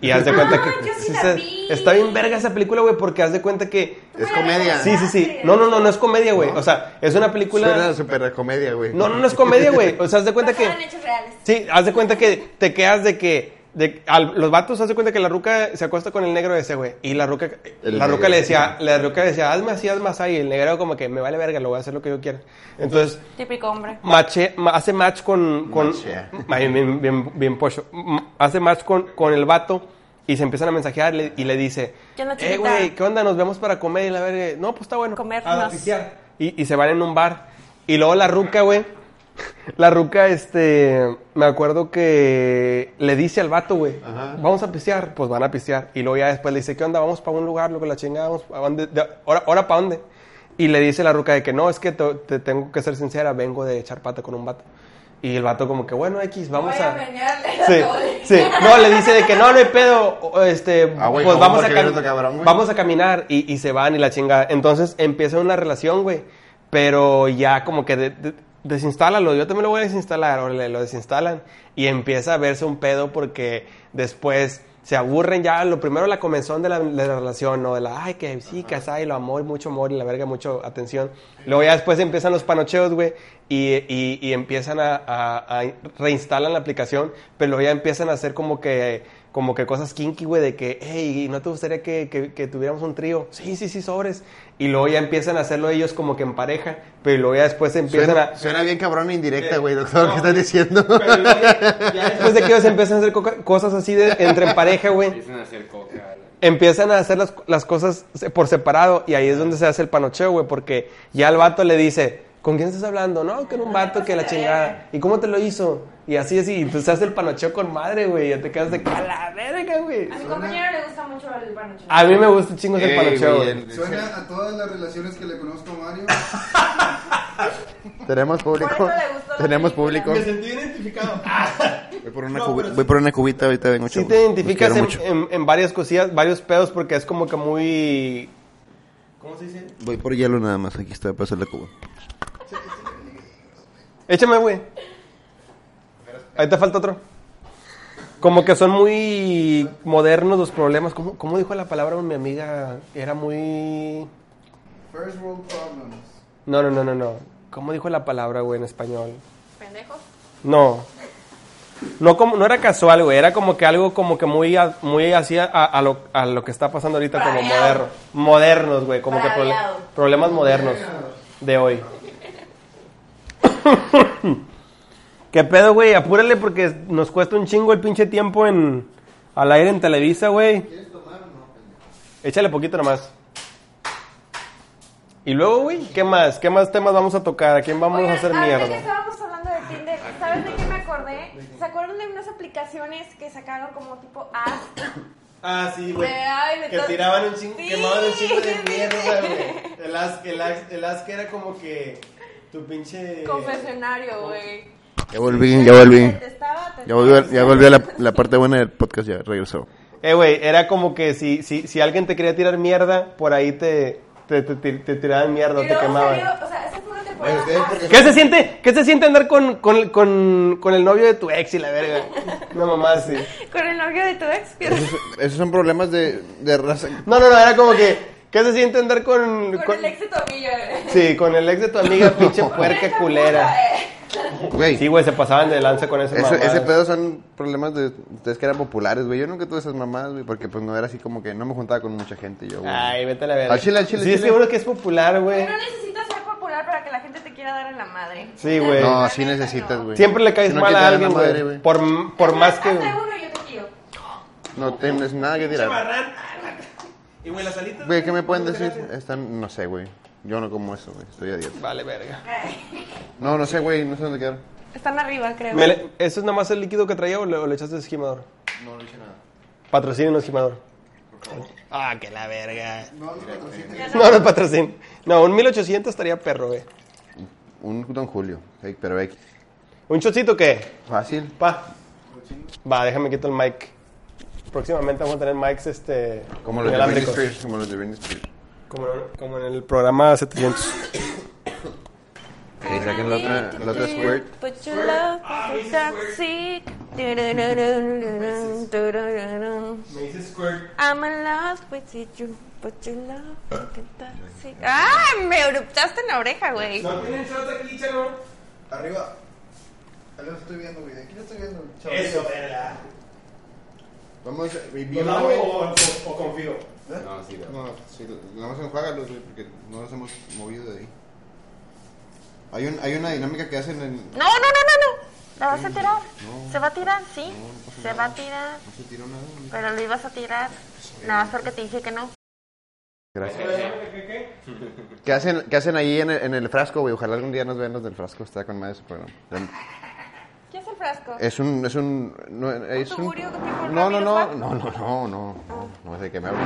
Speaker 2: Y haz de cuenta que...
Speaker 1: Ah, yo sí
Speaker 2: sí
Speaker 1: la
Speaker 2: se-
Speaker 1: vi.
Speaker 2: está bien verga esa película, güey, porque haz de cuenta que...
Speaker 3: Es comedia.
Speaker 2: Sí, sí, sí. No, no, no, no es comedia, güey. O sea, es una película...
Speaker 3: Suena super comedia, güey.
Speaker 2: No, no, no es comedia, güey. O sea, haz de cuenta
Speaker 1: Basada en
Speaker 2: que.
Speaker 1: hechos reales.
Speaker 2: Sí, haz de cuenta que te quedas de que. De, al- los vatos haz de cuenta que la ruca se acuesta con el negro ese, güey. Y la ruca,
Speaker 3: El
Speaker 2: la ruca
Speaker 3: negro.
Speaker 2: le decía, la ruca le decía, hazme así, hazme así. Y el negro como que me vale verga, lo voy a hacer lo que yo quiera. Entonces,
Speaker 1: Típico hombre.
Speaker 2: mache- ma- hace match con. con
Speaker 3: Machea.
Speaker 2: Ma- bien, bien, bien, bien pocho. M- Hace match con, con el vato y se empiezan a mensajear le- y le dice:
Speaker 1: ¿Qué onda,
Speaker 2: Eh,
Speaker 1: chiquita?
Speaker 2: güey, ¿qué onda? Nos vemos para comer. Y la verga, no, pues está bueno.
Speaker 1: Comernos.
Speaker 2: Y, y se van en un bar. Y luego la ruca, güey. La ruca, este. Me acuerdo que le dice al vato, güey.
Speaker 3: Ajá.
Speaker 2: Vamos a pistear. Pues van a pistear. Y luego ya después le dice, ¿qué onda? Vamos para un lugar, lo que la chingada. Vamos para dónde. de- ¿Ahora, ahora para dónde? Y le dice la ruca de que no, es que te, te tengo que ser sincera. Vengo de echar pata con un vato. Y el vato, como que, bueno, X, vamos
Speaker 1: Voy a
Speaker 2: a.
Speaker 1: pelearle a
Speaker 2: Sí,
Speaker 1: todos.
Speaker 2: sí. No, le dice de que no, no hay pedo. o- Este,
Speaker 3: Ah, güey,
Speaker 2: pues
Speaker 3: ¿cómo
Speaker 2: vamos
Speaker 3: va
Speaker 2: a,
Speaker 3: a querer otro cabrón,
Speaker 2: caminar
Speaker 3: güey?
Speaker 2: vamos a caminar y, y se van y la chinga. Entonces empieza una relación, güey. Pero ya como que de, de- desinstálalo. Yo también lo voy a desinstalar. Órale, lo desinstalan. Y empieza a verse un pedo porque después se aburren ya. Lo primero la comenzón de la, de la relación, ¿no? De la, ay, que sí, que asá, y lo amor, mucho amor y la verga, mucho atención. Luego ya después empiezan los panocheos, güey. Y, y- y empiezan a, a- a- reinstalan la aplicación. Pero luego ya empiezan a hacer como que como que cosas kinky, güey, de que, hey, ¿no te gustaría que, que- que tuviéramos un trío? Sí, sí, sí, sobres. Y luego ya empiezan a hacerlo ellos como que en pareja, pero luego ya después empiezan
Speaker 3: Suena,
Speaker 2: a...
Speaker 3: suena bien cabrón e indirecta,
Speaker 2: Eh,
Speaker 3: güey, doctor.
Speaker 2: no.
Speaker 3: ¿Qué estás diciendo?
Speaker 2: Pero luego ya- ya después de que ellos empiezan a hacer coca- cosas así de, entre en pareja, güey,
Speaker 4: Empiezan a hacer coca.
Speaker 2: empiezan a hacer las, las cosas se- por separado y ahí es donde se hace el panocheo, güey, porque ya el vato le dice, ¿con quién estás hablando? No, que era un vato que la chingada. ¿Y cómo te lo hizo? Y así, así, y pues se hace el panocheo con madre, güey, ya te quedas de que, "A la verga, güey.
Speaker 1: A mi compañero le gusta mucho el panoche.
Speaker 2: A mí me gusta chingos el
Speaker 3: Ey,
Speaker 2: panocheo,
Speaker 3: güey,
Speaker 2: güey.
Speaker 3: el-
Speaker 6: Suena a todas las relaciones que le conozco a Mario.
Speaker 3: Tenemos
Speaker 1: Por eso
Speaker 3: público.
Speaker 1: le gustó la
Speaker 3: Tenemos
Speaker 1: película.
Speaker 3: público.
Speaker 5: Me sentí identificado.
Speaker 3: Voy por una, cubi- voy por una cubita, ahorita vengo.
Speaker 2: Sí
Speaker 3: chavos.
Speaker 2: te
Speaker 3: Los
Speaker 2: identificas
Speaker 3: quiero
Speaker 2: en,
Speaker 3: mucho.
Speaker 2: en- en varias cosillas, varios pedos, porque es como que muy...
Speaker 5: ¿Cómo se dice?
Speaker 3: Voy por hielo nada más. Aquí está, para hacer la cuba.
Speaker 2: Échame, güey. Ahí te falta otro. Como que son muy modernos los problemas. ¿Cómo, cómo dijo la palabra mi amiga? Era muy...
Speaker 6: First World Problems.
Speaker 2: No, no, no, no, no. ¿Cómo dijo la palabra, güey, en español?
Speaker 1: Pendejo.
Speaker 2: No. No, como, no era casual, güey. Era como que algo como que muy, a- muy así a, a lo, a lo que está pasando ahorita como
Speaker 1: Braviado.
Speaker 2: moderno. Modernos, güey. Como que prole-
Speaker 1: Braviado.
Speaker 2: problemas modernos de hoy. ¿Qué pedo, güey? Apúrale porque nos cuesta un chingo el pinche tiempo en al aire en Televisa, güey. Échale poquito nomás. Y luego, güey, ¿qué más? ¿Qué más temas vamos a tocar? ¿A quién vamos
Speaker 1: Oigan,
Speaker 2: a hacer
Speaker 1: ahorita
Speaker 2: mierda?
Speaker 1: que estábamos hablando de Tinder, ¿sabes de qué me acordé? ¿Se acuerdan de unas aplicaciones que sacaron como tipo Ask?
Speaker 5: Ah, sí, güey.
Speaker 1: De- ay, de
Speaker 5: Que
Speaker 1: todo-
Speaker 5: tiraban un chingo,
Speaker 1: Sí,
Speaker 5: quemaban un chingo de
Speaker 1: sí.
Speaker 5: mierda, güey. El as, el as, el as que era como que tu pinche.
Speaker 1: Confesionario, güey.
Speaker 3: Ya volví, ya volví.
Speaker 1: Te testaba, te
Speaker 3: Ya volví, ya volví a la, la parte buena del podcast, ya regresó.
Speaker 2: Eh, güey, era como que si, si, si alguien te quería tirar mierda, por ahí te, te, te, te- te tiraban mierda,
Speaker 1: Y
Speaker 2: te
Speaker 1: luego
Speaker 2: quemaban.
Speaker 1: salió- o sea, esa fue una
Speaker 6: Bueno,
Speaker 1: temporada.
Speaker 6: ustedes
Speaker 1: más.
Speaker 6: porque
Speaker 2: ¿Qué se siente, qué se siente andar con, con, con, con el novio de tu ex y la verga? No, mamá, sí.
Speaker 1: Con el novio de tu ex, pierdes
Speaker 3: Esos, esos son problemas de, de raza.
Speaker 2: No, no, no, era como que, ¿qué se siente andar con...
Speaker 1: con,
Speaker 2: con-
Speaker 1: el eh. ex de tu amiga, güey.
Speaker 2: Sí, con el ex de tu amiga, pinche puerca
Speaker 1: Esa
Speaker 2: culera.
Speaker 1: puta, eh.
Speaker 3: Güey,
Speaker 2: Sí, güey, se pasaban de lanza con ese
Speaker 3: ese, ese
Speaker 2: mamá.
Speaker 3: pedo son problemas de ustedes que eran populares, güey. Yo nunca tuve esas mamadas, güey, porque pues no era así como que no me juntaba con mucha gente yo, güey.
Speaker 2: Ay, vete a la verga.
Speaker 3: Al chile, al chile,
Speaker 2: Sí,
Speaker 3: al chile.
Speaker 2: seguro que es popular, güey.
Speaker 1: Pero no necesitas ser popular para que la gente te quiera dar en la madre.
Speaker 2: Sí, güey.
Speaker 3: No, sí necesitas, güey.
Speaker 2: Siempre le caes
Speaker 3: Si no,
Speaker 2: mal
Speaker 3: que te
Speaker 2: a
Speaker 3: den la
Speaker 2: alguien,
Speaker 3: madre,
Speaker 2: güey. Por, por más que...
Speaker 1: Hazte uno y yo te quiero.
Speaker 3: No tienes nada que tirar.
Speaker 5: Chamarrán. ah, la- Y güey, las alitas.
Speaker 3: Güey, ¿qué me pueden decir? Están, no sé, güey. Yo no como eso, güey. Estoy a dieta.
Speaker 2: Vale, verga.
Speaker 3: No, no sé, güey. No sé dónde quedar.
Speaker 1: Están arriba, creo.
Speaker 2: Me le- ¿Eso es nada más el líquido que traía o le, o le echaste esquimador?
Speaker 3: No, no hice nada.
Speaker 2: Patrocínenos, Jimador.
Speaker 3: Por favor.
Speaker 2: Ah, que la verga.
Speaker 6: No los patrocines.
Speaker 2: No, no patrocín. No, un 1800 estaría perro, güey.
Speaker 3: Un Don Julio, ok, pero X.
Speaker 2: ¿Un chocito qué?
Speaker 3: Fácil.
Speaker 2: Pa. Va, déjame quito el mic. Próximamente vamos a tener mics este.
Speaker 3: Como los de Britney
Speaker 2: inalámbricos.
Speaker 3: Spears, como los de Britney Spears.
Speaker 2: Como, como en el programa 700.
Speaker 3: Ok, saquen la otra, la otra Squirt.
Speaker 1: Put your love in toxic. I'm
Speaker 5: Me dice Squirt.
Speaker 1: in love with you. Put your love in toxic. ¡Ah! Me eruptaste en la oreja, güey.
Speaker 5: ¿No tienen shot aquí, chavo?
Speaker 6: Arriba. Ahí lo estoy viendo, güey. Aquí lo estoy viendo. chavos.
Speaker 5: Eso, ¿verdad?
Speaker 3: Vamos,
Speaker 5: ¿Lo
Speaker 3: revive,
Speaker 5: lavo
Speaker 3: güey.
Speaker 5: o, o- o confío?
Speaker 4: No, sí, no.
Speaker 3: No, sí, nada más enjuágalos, güey, porque no los hemos movido de ahí. Hay, un, hay una dinámica que hacen en...
Speaker 1: No, no, no, no, no. La vas a tirar.
Speaker 3: No.
Speaker 1: Se va a tirar, sí.
Speaker 3: No, no pasa
Speaker 1: Se va
Speaker 3: nada.
Speaker 1: a tirar.
Speaker 3: No se tiró nada. güey.
Speaker 1: Pero lo ibas a tirar. Nada más porque te dije que no.
Speaker 3: Gracias.
Speaker 5: ¿Qué, qué?
Speaker 3: ¿Qué hacen, qué hacen ahí en el, en el frasco, güey? Ojalá algún día nos vean los del frasco. Está con madre su programa.
Speaker 1: ¿Qué es el frasco?
Speaker 3: Es un... Es un... No, es un
Speaker 1: tugurio que tipo
Speaker 3: no, no,
Speaker 1: Ramiro
Speaker 3: no, no,
Speaker 1: Juan?
Speaker 3: no, no, no, no, no sé de qué me hablas.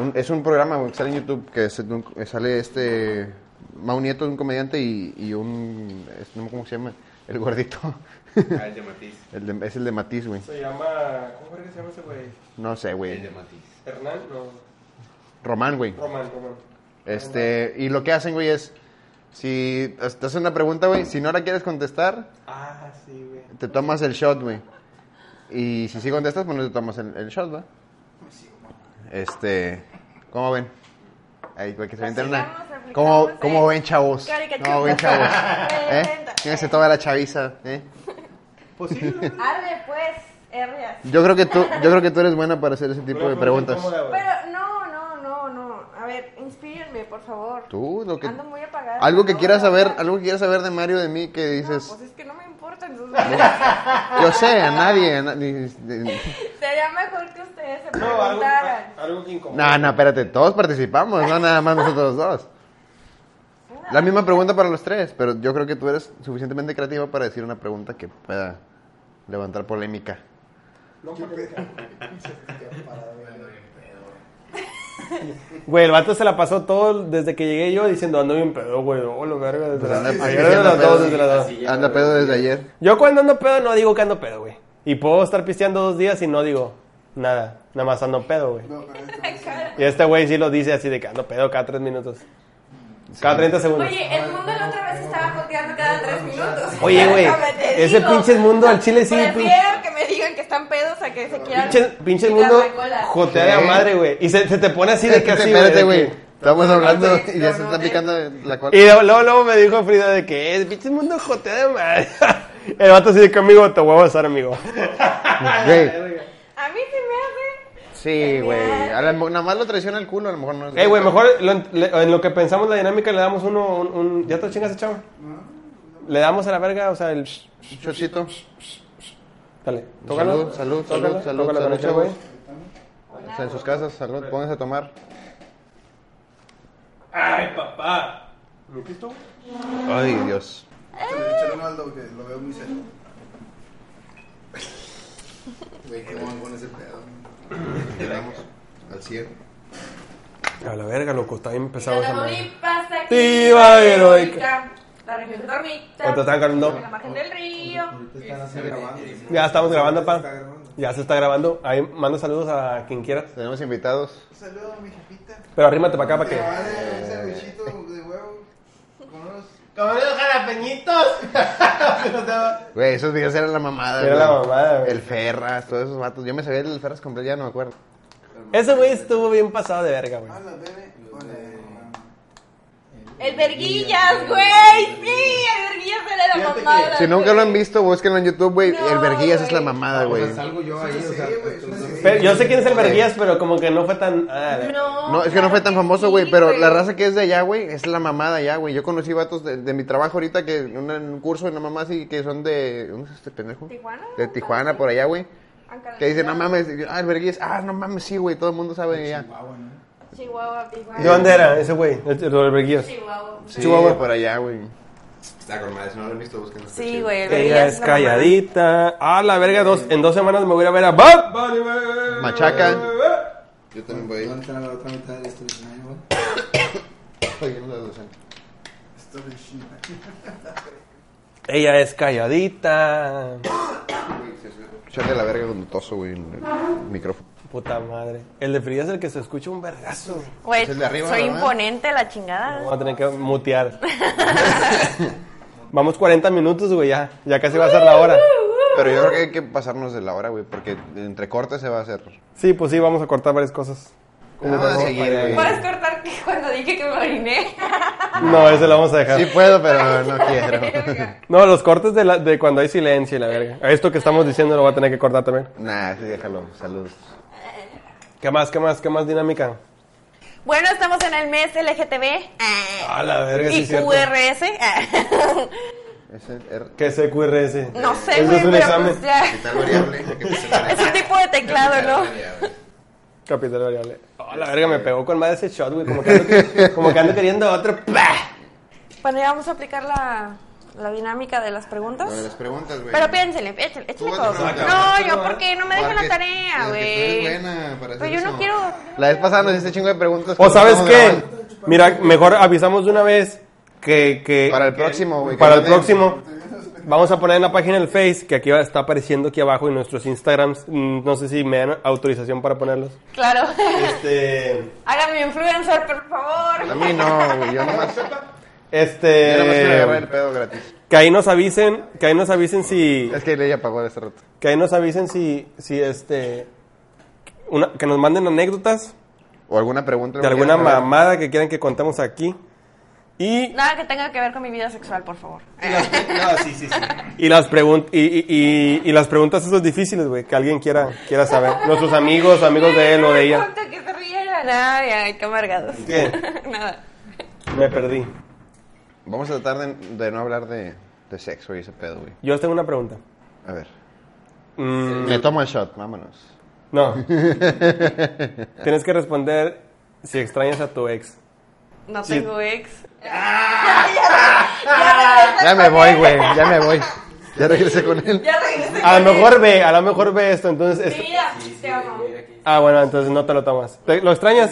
Speaker 3: Un- es un programa güey, que sale en YouTube que es de un- que sale este... Mau Nieto es un comediante y, y un... es- no me acuerdo ¿Cómo se llama? El gordito.
Speaker 4: Ah, el de Matiz.
Speaker 3: El de- es el de Matiz, güey.
Speaker 2: Se llama. ¿Cómo crees que se llama ese güey?
Speaker 3: No sé,
Speaker 4: El
Speaker 3: güey.
Speaker 4: de Matiz.
Speaker 2: Hernán, no.
Speaker 3: Román, güey.
Speaker 2: Román, Román.
Speaker 3: Este, y lo que hacen, güey, es. Si te hacen una pregunta, güey, si no la quieres contestar,
Speaker 2: Ah, sí, güey.
Speaker 3: te tomas el shot, güey. Y si sí contestas, pues no te tomas el, el shot, ¿va? Este. ¿Cómo ven? Ahí, güey, que se
Speaker 1: Pues
Speaker 3: avienten una-
Speaker 1: sigamos, aplicamos
Speaker 3: ¿Cómo,
Speaker 1: el-
Speaker 3: ¿Cómo ven, chavos?
Speaker 1: Caricatura.
Speaker 3: ¿Cómo ven, chavos? ¿Eh?
Speaker 1: Presenta.
Speaker 3: Fíjense toda la chaviza, ¿eh?
Speaker 2: Pues Posible.
Speaker 1: Arre, pues. Arre así.
Speaker 3: Yo creo que tú, yo creo que tú eres buena para hacer ese tipo de preguntas.
Speaker 1: Pero no, no, no, no. A ver, inspírenme, por favor.
Speaker 3: Tú, lo que.
Speaker 1: Ando muy apagada.
Speaker 3: Algo que
Speaker 1: No,
Speaker 3: quieras
Speaker 1: la
Speaker 3: saber,
Speaker 1: verdad.
Speaker 3: algo que quieras saber de Mario de mí que
Speaker 1: No,
Speaker 3: dices.
Speaker 1: pues es que no me importa, entonces. pues,
Speaker 3: Yo sé, a nadie. a na- ni- ni- ni-
Speaker 1: Sería mejor que ustedes se
Speaker 2: No, algo,
Speaker 1: preguntaran.
Speaker 2: algo que incomoda.
Speaker 3: No, no, espérate, todos participamos, no nada más nosotros dos. La misma pregunta para los tres, pero yo creo que tú eres suficientemente creativa para decir una pregunta que pueda levantar polémica.
Speaker 2: No, porque- Güey, el vato se la pasó todo desde que llegué yo diciendo ando bien pedo, güey. Oh, lo verga, desde
Speaker 3: Pues
Speaker 2: las
Speaker 3: anda-
Speaker 2: ayer desde
Speaker 3: anda
Speaker 2: las
Speaker 3: pedo.
Speaker 2: dos, desde las dos.
Speaker 3: Anda pedo desde ayer.
Speaker 2: Yo cuando ando pedo no digo que ando pedo, güey. Y puedo estar pisteando dos días y no digo nada. Nada más ando pedo, güey.
Speaker 6: No, pero es que no sé.
Speaker 2: Y este güey sí lo dice así de que ando pedo cada tres minutos. Cada 30 segundos.
Speaker 1: Oye, el mundo la otra vez estaba joteando cada tres minutos.
Speaker 2: Oye, güey,
Speaker 1: Déjame te
Speaker 2: ese
Speaker 1: digo.
Speaker 2: pinche mundo al chile sí,
Speaker 1: Prefiero que me digan que están pedos a que se quieran.
Speaker 2: Pinche, pinche
Speaker 1: quitar
Speaker 2: mundo
Speaker 1: la cola.
Speaker 2: jotea de la
Speaker 3: Sí.
Speaker 2: madre, güey. Y se, se te pone así de que así, güey,
Speaker 3: Espérate,
Speaker 2: de
Speaker 3: güey.
Speaker 2: que-
Speaker 3: Estamos hablando
Speaker 1: esto,
Speaker 3: y ya se
Speaker 1: no,
Speaker 3: está
Speaker 1: eh.
Speaker 3: picando la cola.
Speaker 2: Y luego, luego- luego me dijo Frida de que es pinche mundo jotea de madre. El vato así de que, amigo, te voy a besar, amigo. ah,
Speaker 3: Güey.
Speaker 1: A mí se me hace.
Speaker 3: Sí, güey. A lo mejor- Nada más lo traiciona el culo, a lo mejor no es.
Speaker 2: Eh, güey, mejor lo en le- en lo que pensamos la dinámica le damos uno, un... un- ¿Ya te chingas, chavo? Le damos a la verga, o sea, el... sh-
Speaker 3: Un Chocito.
Speaker 2: Dale,
Speaker 3: Salud,
Speaker 2: tócalo.
Speaker 3: salud,
Speaker 2: Tócala,
Speaker 3: salud,
Speaker 2: tócala
Speaker 3: salud,
Speaker 2: con
Speaker 3: salud,
Speaker 2: este güey.
Speaker 3: chavos. Hasta En sus casas, salud, pónganse a tomar.
Speaker 5: ¡Ay, papá! ¿Lo que esto?
Speaker 3: Ay, Dios.
Speaker 6: Se lo eché a Ronaldo, que lo veo muy cerca. Güey, qué bueno con ese pedo.
Speaker 3: Llegamos al 100.
Speaker 2: A la verga, loco, está bien
Speaker 1: La
Speaker 2: pesado esa madre.
Speaker 1: Tamaulipas aquí.
Speaker 2: Activa heroica.
Speaker 1: La región de Dormita.
Speaker 2: ¿Cuánto están ganando?
Speaker 1: En la margen del río.
Speaker 2: Ya estamos grabando, pa.
Speaker 5: Está grabando.
Speaker 2: Ya se está grabando. Ahí manda saludos a quien quieras.
Speaker 3: Tenemos invitados.
Speaker 6: Saludos a mi jefita.
Speaker 2: Pero arrímate para acá para
Speaker 6: Que
Speaker 2: que...
Speaker 6: va de un sandwichito de huevo. Con unos.
Speaker 3: Güey, esos días eran la mamada.
Speaker 2: Era
Speaker 3: güey.
Speaker 2: la mamada, güey.
Speaker 3: El Ferras, todos esos vatos. Yo me sabía el Ferras completo, ya no me acuerdo.
Speaker 2: Ese güey estuvo bien pasado de verga, güey.
Speaker 6: Ah, la bebé. Hola, mamá.
Speaker 1: El Verguillas, güey. Sí, el Verguillas era la mamada.
Speaker 3: Si nunca lo han
Speaker 1: güey.
Speaker 3: visto, búsquenlo en YouTube, güey.
Speaker 1: No,
Speaker 3: el Verguillas es
Speaker 1: güey.
Speaker 3: la mamada, güey.
Speaker 6: Pues Yo ahí, o sea, entonces-
Speaker 2: Pero yo sé quién es el Verguías, pero como que no fue tan. ah, la-
Speaker 1: No,
Speaker 3: No, es que no
Speaker 1: claro
Speaker 3: fue tan famoso,
Speaker 1: sí,
Speaker 3: güey, pero la raza que es de allá, güey, es la mamada allá, güey. Yo conocí vatos de, de mi trabajo ahorita que en un- en un curso de una mamá así que son de. ¿Dónde es este pendejo?
Speaker 1: ¿Tijuana?
Speaker 3: De Tijuana, por allá, güey.
Speaker 1: Ancalalá,
Speaker 3: Que dicen, no mames, ah, el Verguillas, ah, no mames, sí, güey, todo el mundo sabe de allá.
Speaker 1: Chihuahua, Tijuana.
Speaker 2: ¿De dónde era ese güey? El, el Verguías.
Speaker 1: Chihuahua.
Speaker 3: Sí,
Speaker 2: Chihuahua.
Speaker 3: por allá, güey.
Speaker 4: Está con madre, si no lo he visto, busquen. está
Speaker 1: Sí,
Speaker 4: chido.
Speaker 1: güey.
Speaker 2: Ella
Speaker 1: veías
Speaker 2: es
Speaker 1: la mamá.
Speaker 2: calladita. Ah, la verga, dos, en dos semanas me voy a ir a ver a Bob. Bunny, güey.
Speaker 3: Machaca. Yo también voy.
Speaker 6: ¿Dónde está la otra mitad de esto? Dice, "Ay, güey,
Speaker 3: Ay, no lo sé.
Speaker 6: Esto es chingada".
Speaker 2: Ella es calladita.
Speaker 3: Echarle la verga con toso, güey, en el micrófono.
Speaker 2: Puta madre. El de Frida es el que se escucha un vergazo.
Speaker 1: Güey,
Speaker 3: Es el de arriba,
Speaker 1: soy
Speaker 3: ¿verdad?
Speaker 1: imponente, la chingada.
Speaker 2: Vamos a tener que mutear. Vamos 40 minutos, güey, ya. Ya casi va a ser la hora.
Speaker 3: Pero yo creo que hay que pasarnos de la hora, güey, porque entre cortes se va a hacer.
Speaker 2: Sí, pues sí, vamos a cortar varias cosas.
Speaker 3: Vamos a seguir, Ah, güey. Pues
Speaker 1: Puedes cortar que cuando dije que me oriné.
Speaker 2: No, eso lo vamos a dejar.
Speaker 3: Sí pues. puedo, pero no quiero.
Speaker 2: No, los cortes de, la- de cuando hay silencio y la verga. Esto que estamos diciendo lo voy a tener que cortar también.
Speaker 3: nah, sí, déjalo. Saludos.
Speaker 2: ¿Qué más, qué más, qué más dinámica?
Speaker 1: Bueno, estamos en el mes LGTB. Ah,
Speaker 2: Ah, la verga, sí
Speaker 1: y
Speaker 2: es cierto.
Speaker 1: QRS. Ah.
Speaker 3: Es er- el R.
Speaker 2: ¿Qué es E QRS?
Speaker 1: No sé,
Speaker 2: Eso
Speaker 1: güey,
Speaker 2: es un
Speaker 1: pero
Speaker 2: examen.
Speaker 1: pues ya.
Speaker 4: Capital variable. que pues,
Speaker 1: Es un tipo de teclado, ¿no?
Speaker 2: Capital variable. Ah, la verga, me pegó con más ese shot, güey. Como que ando, que- como que ando queriendo otro. ¡Pah!
Speaker 1: Bueno, ya vamos a aplicar la, la dinámica de las preguntas.
Speaker 3: Lo de las preguntas, güey.
Speaker 1: Pero piénsele, échale, échale
Speaker 3: Tú vas
Speaker 1: coco.
Speaker 3: a preguntar.
Speaker 1: No, yo, ¿por qué? No me dejan la
Speaker 3: Porque-
Speaker 1: tarea,
Speaker 3: porque tú eres
Speaker 1: güey.
Speaker 3: buena para
Speaker 1: Pero
Speaker 3: hacer
Speaker 1: yo no
Speaker 3: eso.
Speaker 1: quiero.
Speaker 3: La vez pasada nos hiciste chingo de preguntas.
Speaker 2: O
Speaker 3: cuando
Speaker 2: sabes
Speaker 3: estábamos
Speaker 2: qué?
Speaker 3: grabando.
Speaker 2: Mira, mejor avisamos de una vez que... que
Speaker 3: Para el
Speaker 2: que-
Speaker 3: próximo, güey, que
Speaker 2: Para el
Speaker 3: manden.
Speaker 2: próximo. Vamos a poner en la página del Face, que aquí va- está apareciendo aquí abajo, y nuestros Instagrams. Mm, No sé si me dan autorización para ponerlos.
Speaker 1: Claro.
Speaker 2: Este...
Speaker 1: Hágame influencer, por
Speaker 3: A
Speaker 1: favor.
Speaker 3: mí no, güey. Yo nomás. Yo nomás quiero agarrar el
Speaker 2: Este...
Speaker 3: pedo gratis.
Speaker 2: Que ahí nos avisen, que ahí nos avisen si...
Speaker 3: Es que ella pagó este rato.
Speaker 2: Que ahí nos avisen si... si este... una- que nos manden anécdotas
Speaker 3: O alguna pregunta.
Speaker 2: de alguna
Speaker 3: alguna
Speaker 2: mamada que quieran que contemos aquí. Y
Speaker 1: Nada que tenga que ver con mi vida sexual, por favor.
Speaker 2: Y las, pregun- y, y- y- y las preguntas esas difíciles, güey, que alguien quiera, quiera saber. Nuestros amigos, amigos de él o de ella.
Speaker 1: Ponte que se rieran. Ay, ay, qué amargados.
Speaker 2: ¿Qué?
Speaker 1: Nada.
Speaker 2: Me perdí.
Speaker 3: Vamos a tratar de, de no hablar de, de sexo y ese pedo, güey.
Speaker 2: Yo tengo una pregunta.
Speaker 3: A ver.
Speaker 2: Mm,
Speaker 3: Me tomo el shot, vámonos.
Speaker 2: no. Tienes que responder si extrañas a tu ex.
Speaker 1: No
Speaker 2: Sí.
Speaker 1: tengo ex.
Speaker 3: Ya me voy, güey. Ya me voy. Ya regresé con él.
Speaker 1: Ya regresé.
Speaker 2: A lo mejor ve, a lo mejor ve esto, entonces... es-
Speaker 1: Mira, te amo.
Speaker 2: ah, bueno, entonces no te lo tomas. ¿Te- ¿Lo extrañas?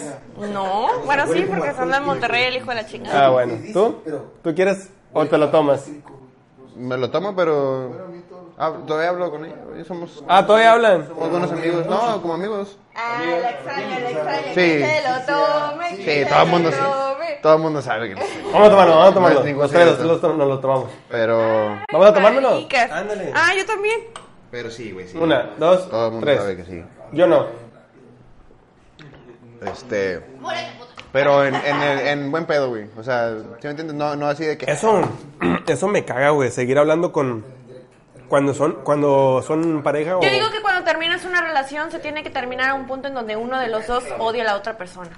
Speaker 1: No, bueno, sí, porque son de Monterrey, el hijo de la chingada.
Speaker 2: Ah, bueno. ¿Tú? ¿Tú quieres o te lo tomas?
Speaker 3: Me lo tomo, pero. Ah, todavía hablo con ella. güey. Somos,
Speaker 2: Ah, ¿todavía hablan?
Speaker 3: somos buenos amigos. No, como amigos.
Speaker 1: Ah, la extraño, la extraño.
Speaker 3: Sí.
Speaker 1: Que se lo tome.
Speaker 3: Sí,
Speaker 1: que
Speaker 3: todo el
Speaker 1: se
Speaker 3: mundo
Speaker 1: lo tome.
Speaker 3: Todo el mundo sabe que no sé.
Speaker 2: Vamos a tomarlo, vamos a
Speaker 3: No
Speaker 2: tomarlo.
Speaker 3: es ningún
Speaker 2: Los tres, los tres
Speaker 3: secreto.
Speaker 2: los tom- nos lo tomamos.
Speaker 3: Pero.
Speaker 2: ¿Vamos a tomármelo?
Speaker 1: Maricas.
Speaker 2: Ándale.
Speaker 1: Ah, yo también.
Speaker 4: Pero sí, güey, sí.
Speaker 2: Una, dos,
Speaker 3: Todo el mundo sabe que
Speaker 2: tres.
Speaker 3: sí.
Speaker 2: Yo no.
Speaker 3: Este. Pero en, en, el- en buen pedo, güey. O sea, ¿sí me entiendes? No, no así de que.
Speaker 2: Eso, eso me caga, güey. Seguir hablando con. Cuando son, cuando son pareja o.
Speaker 3: Oh.
Speaker 1: Yo digo que cuando terminas una relación se tiene que terminar a un punto en donde uno de los dos odia a la otra persona.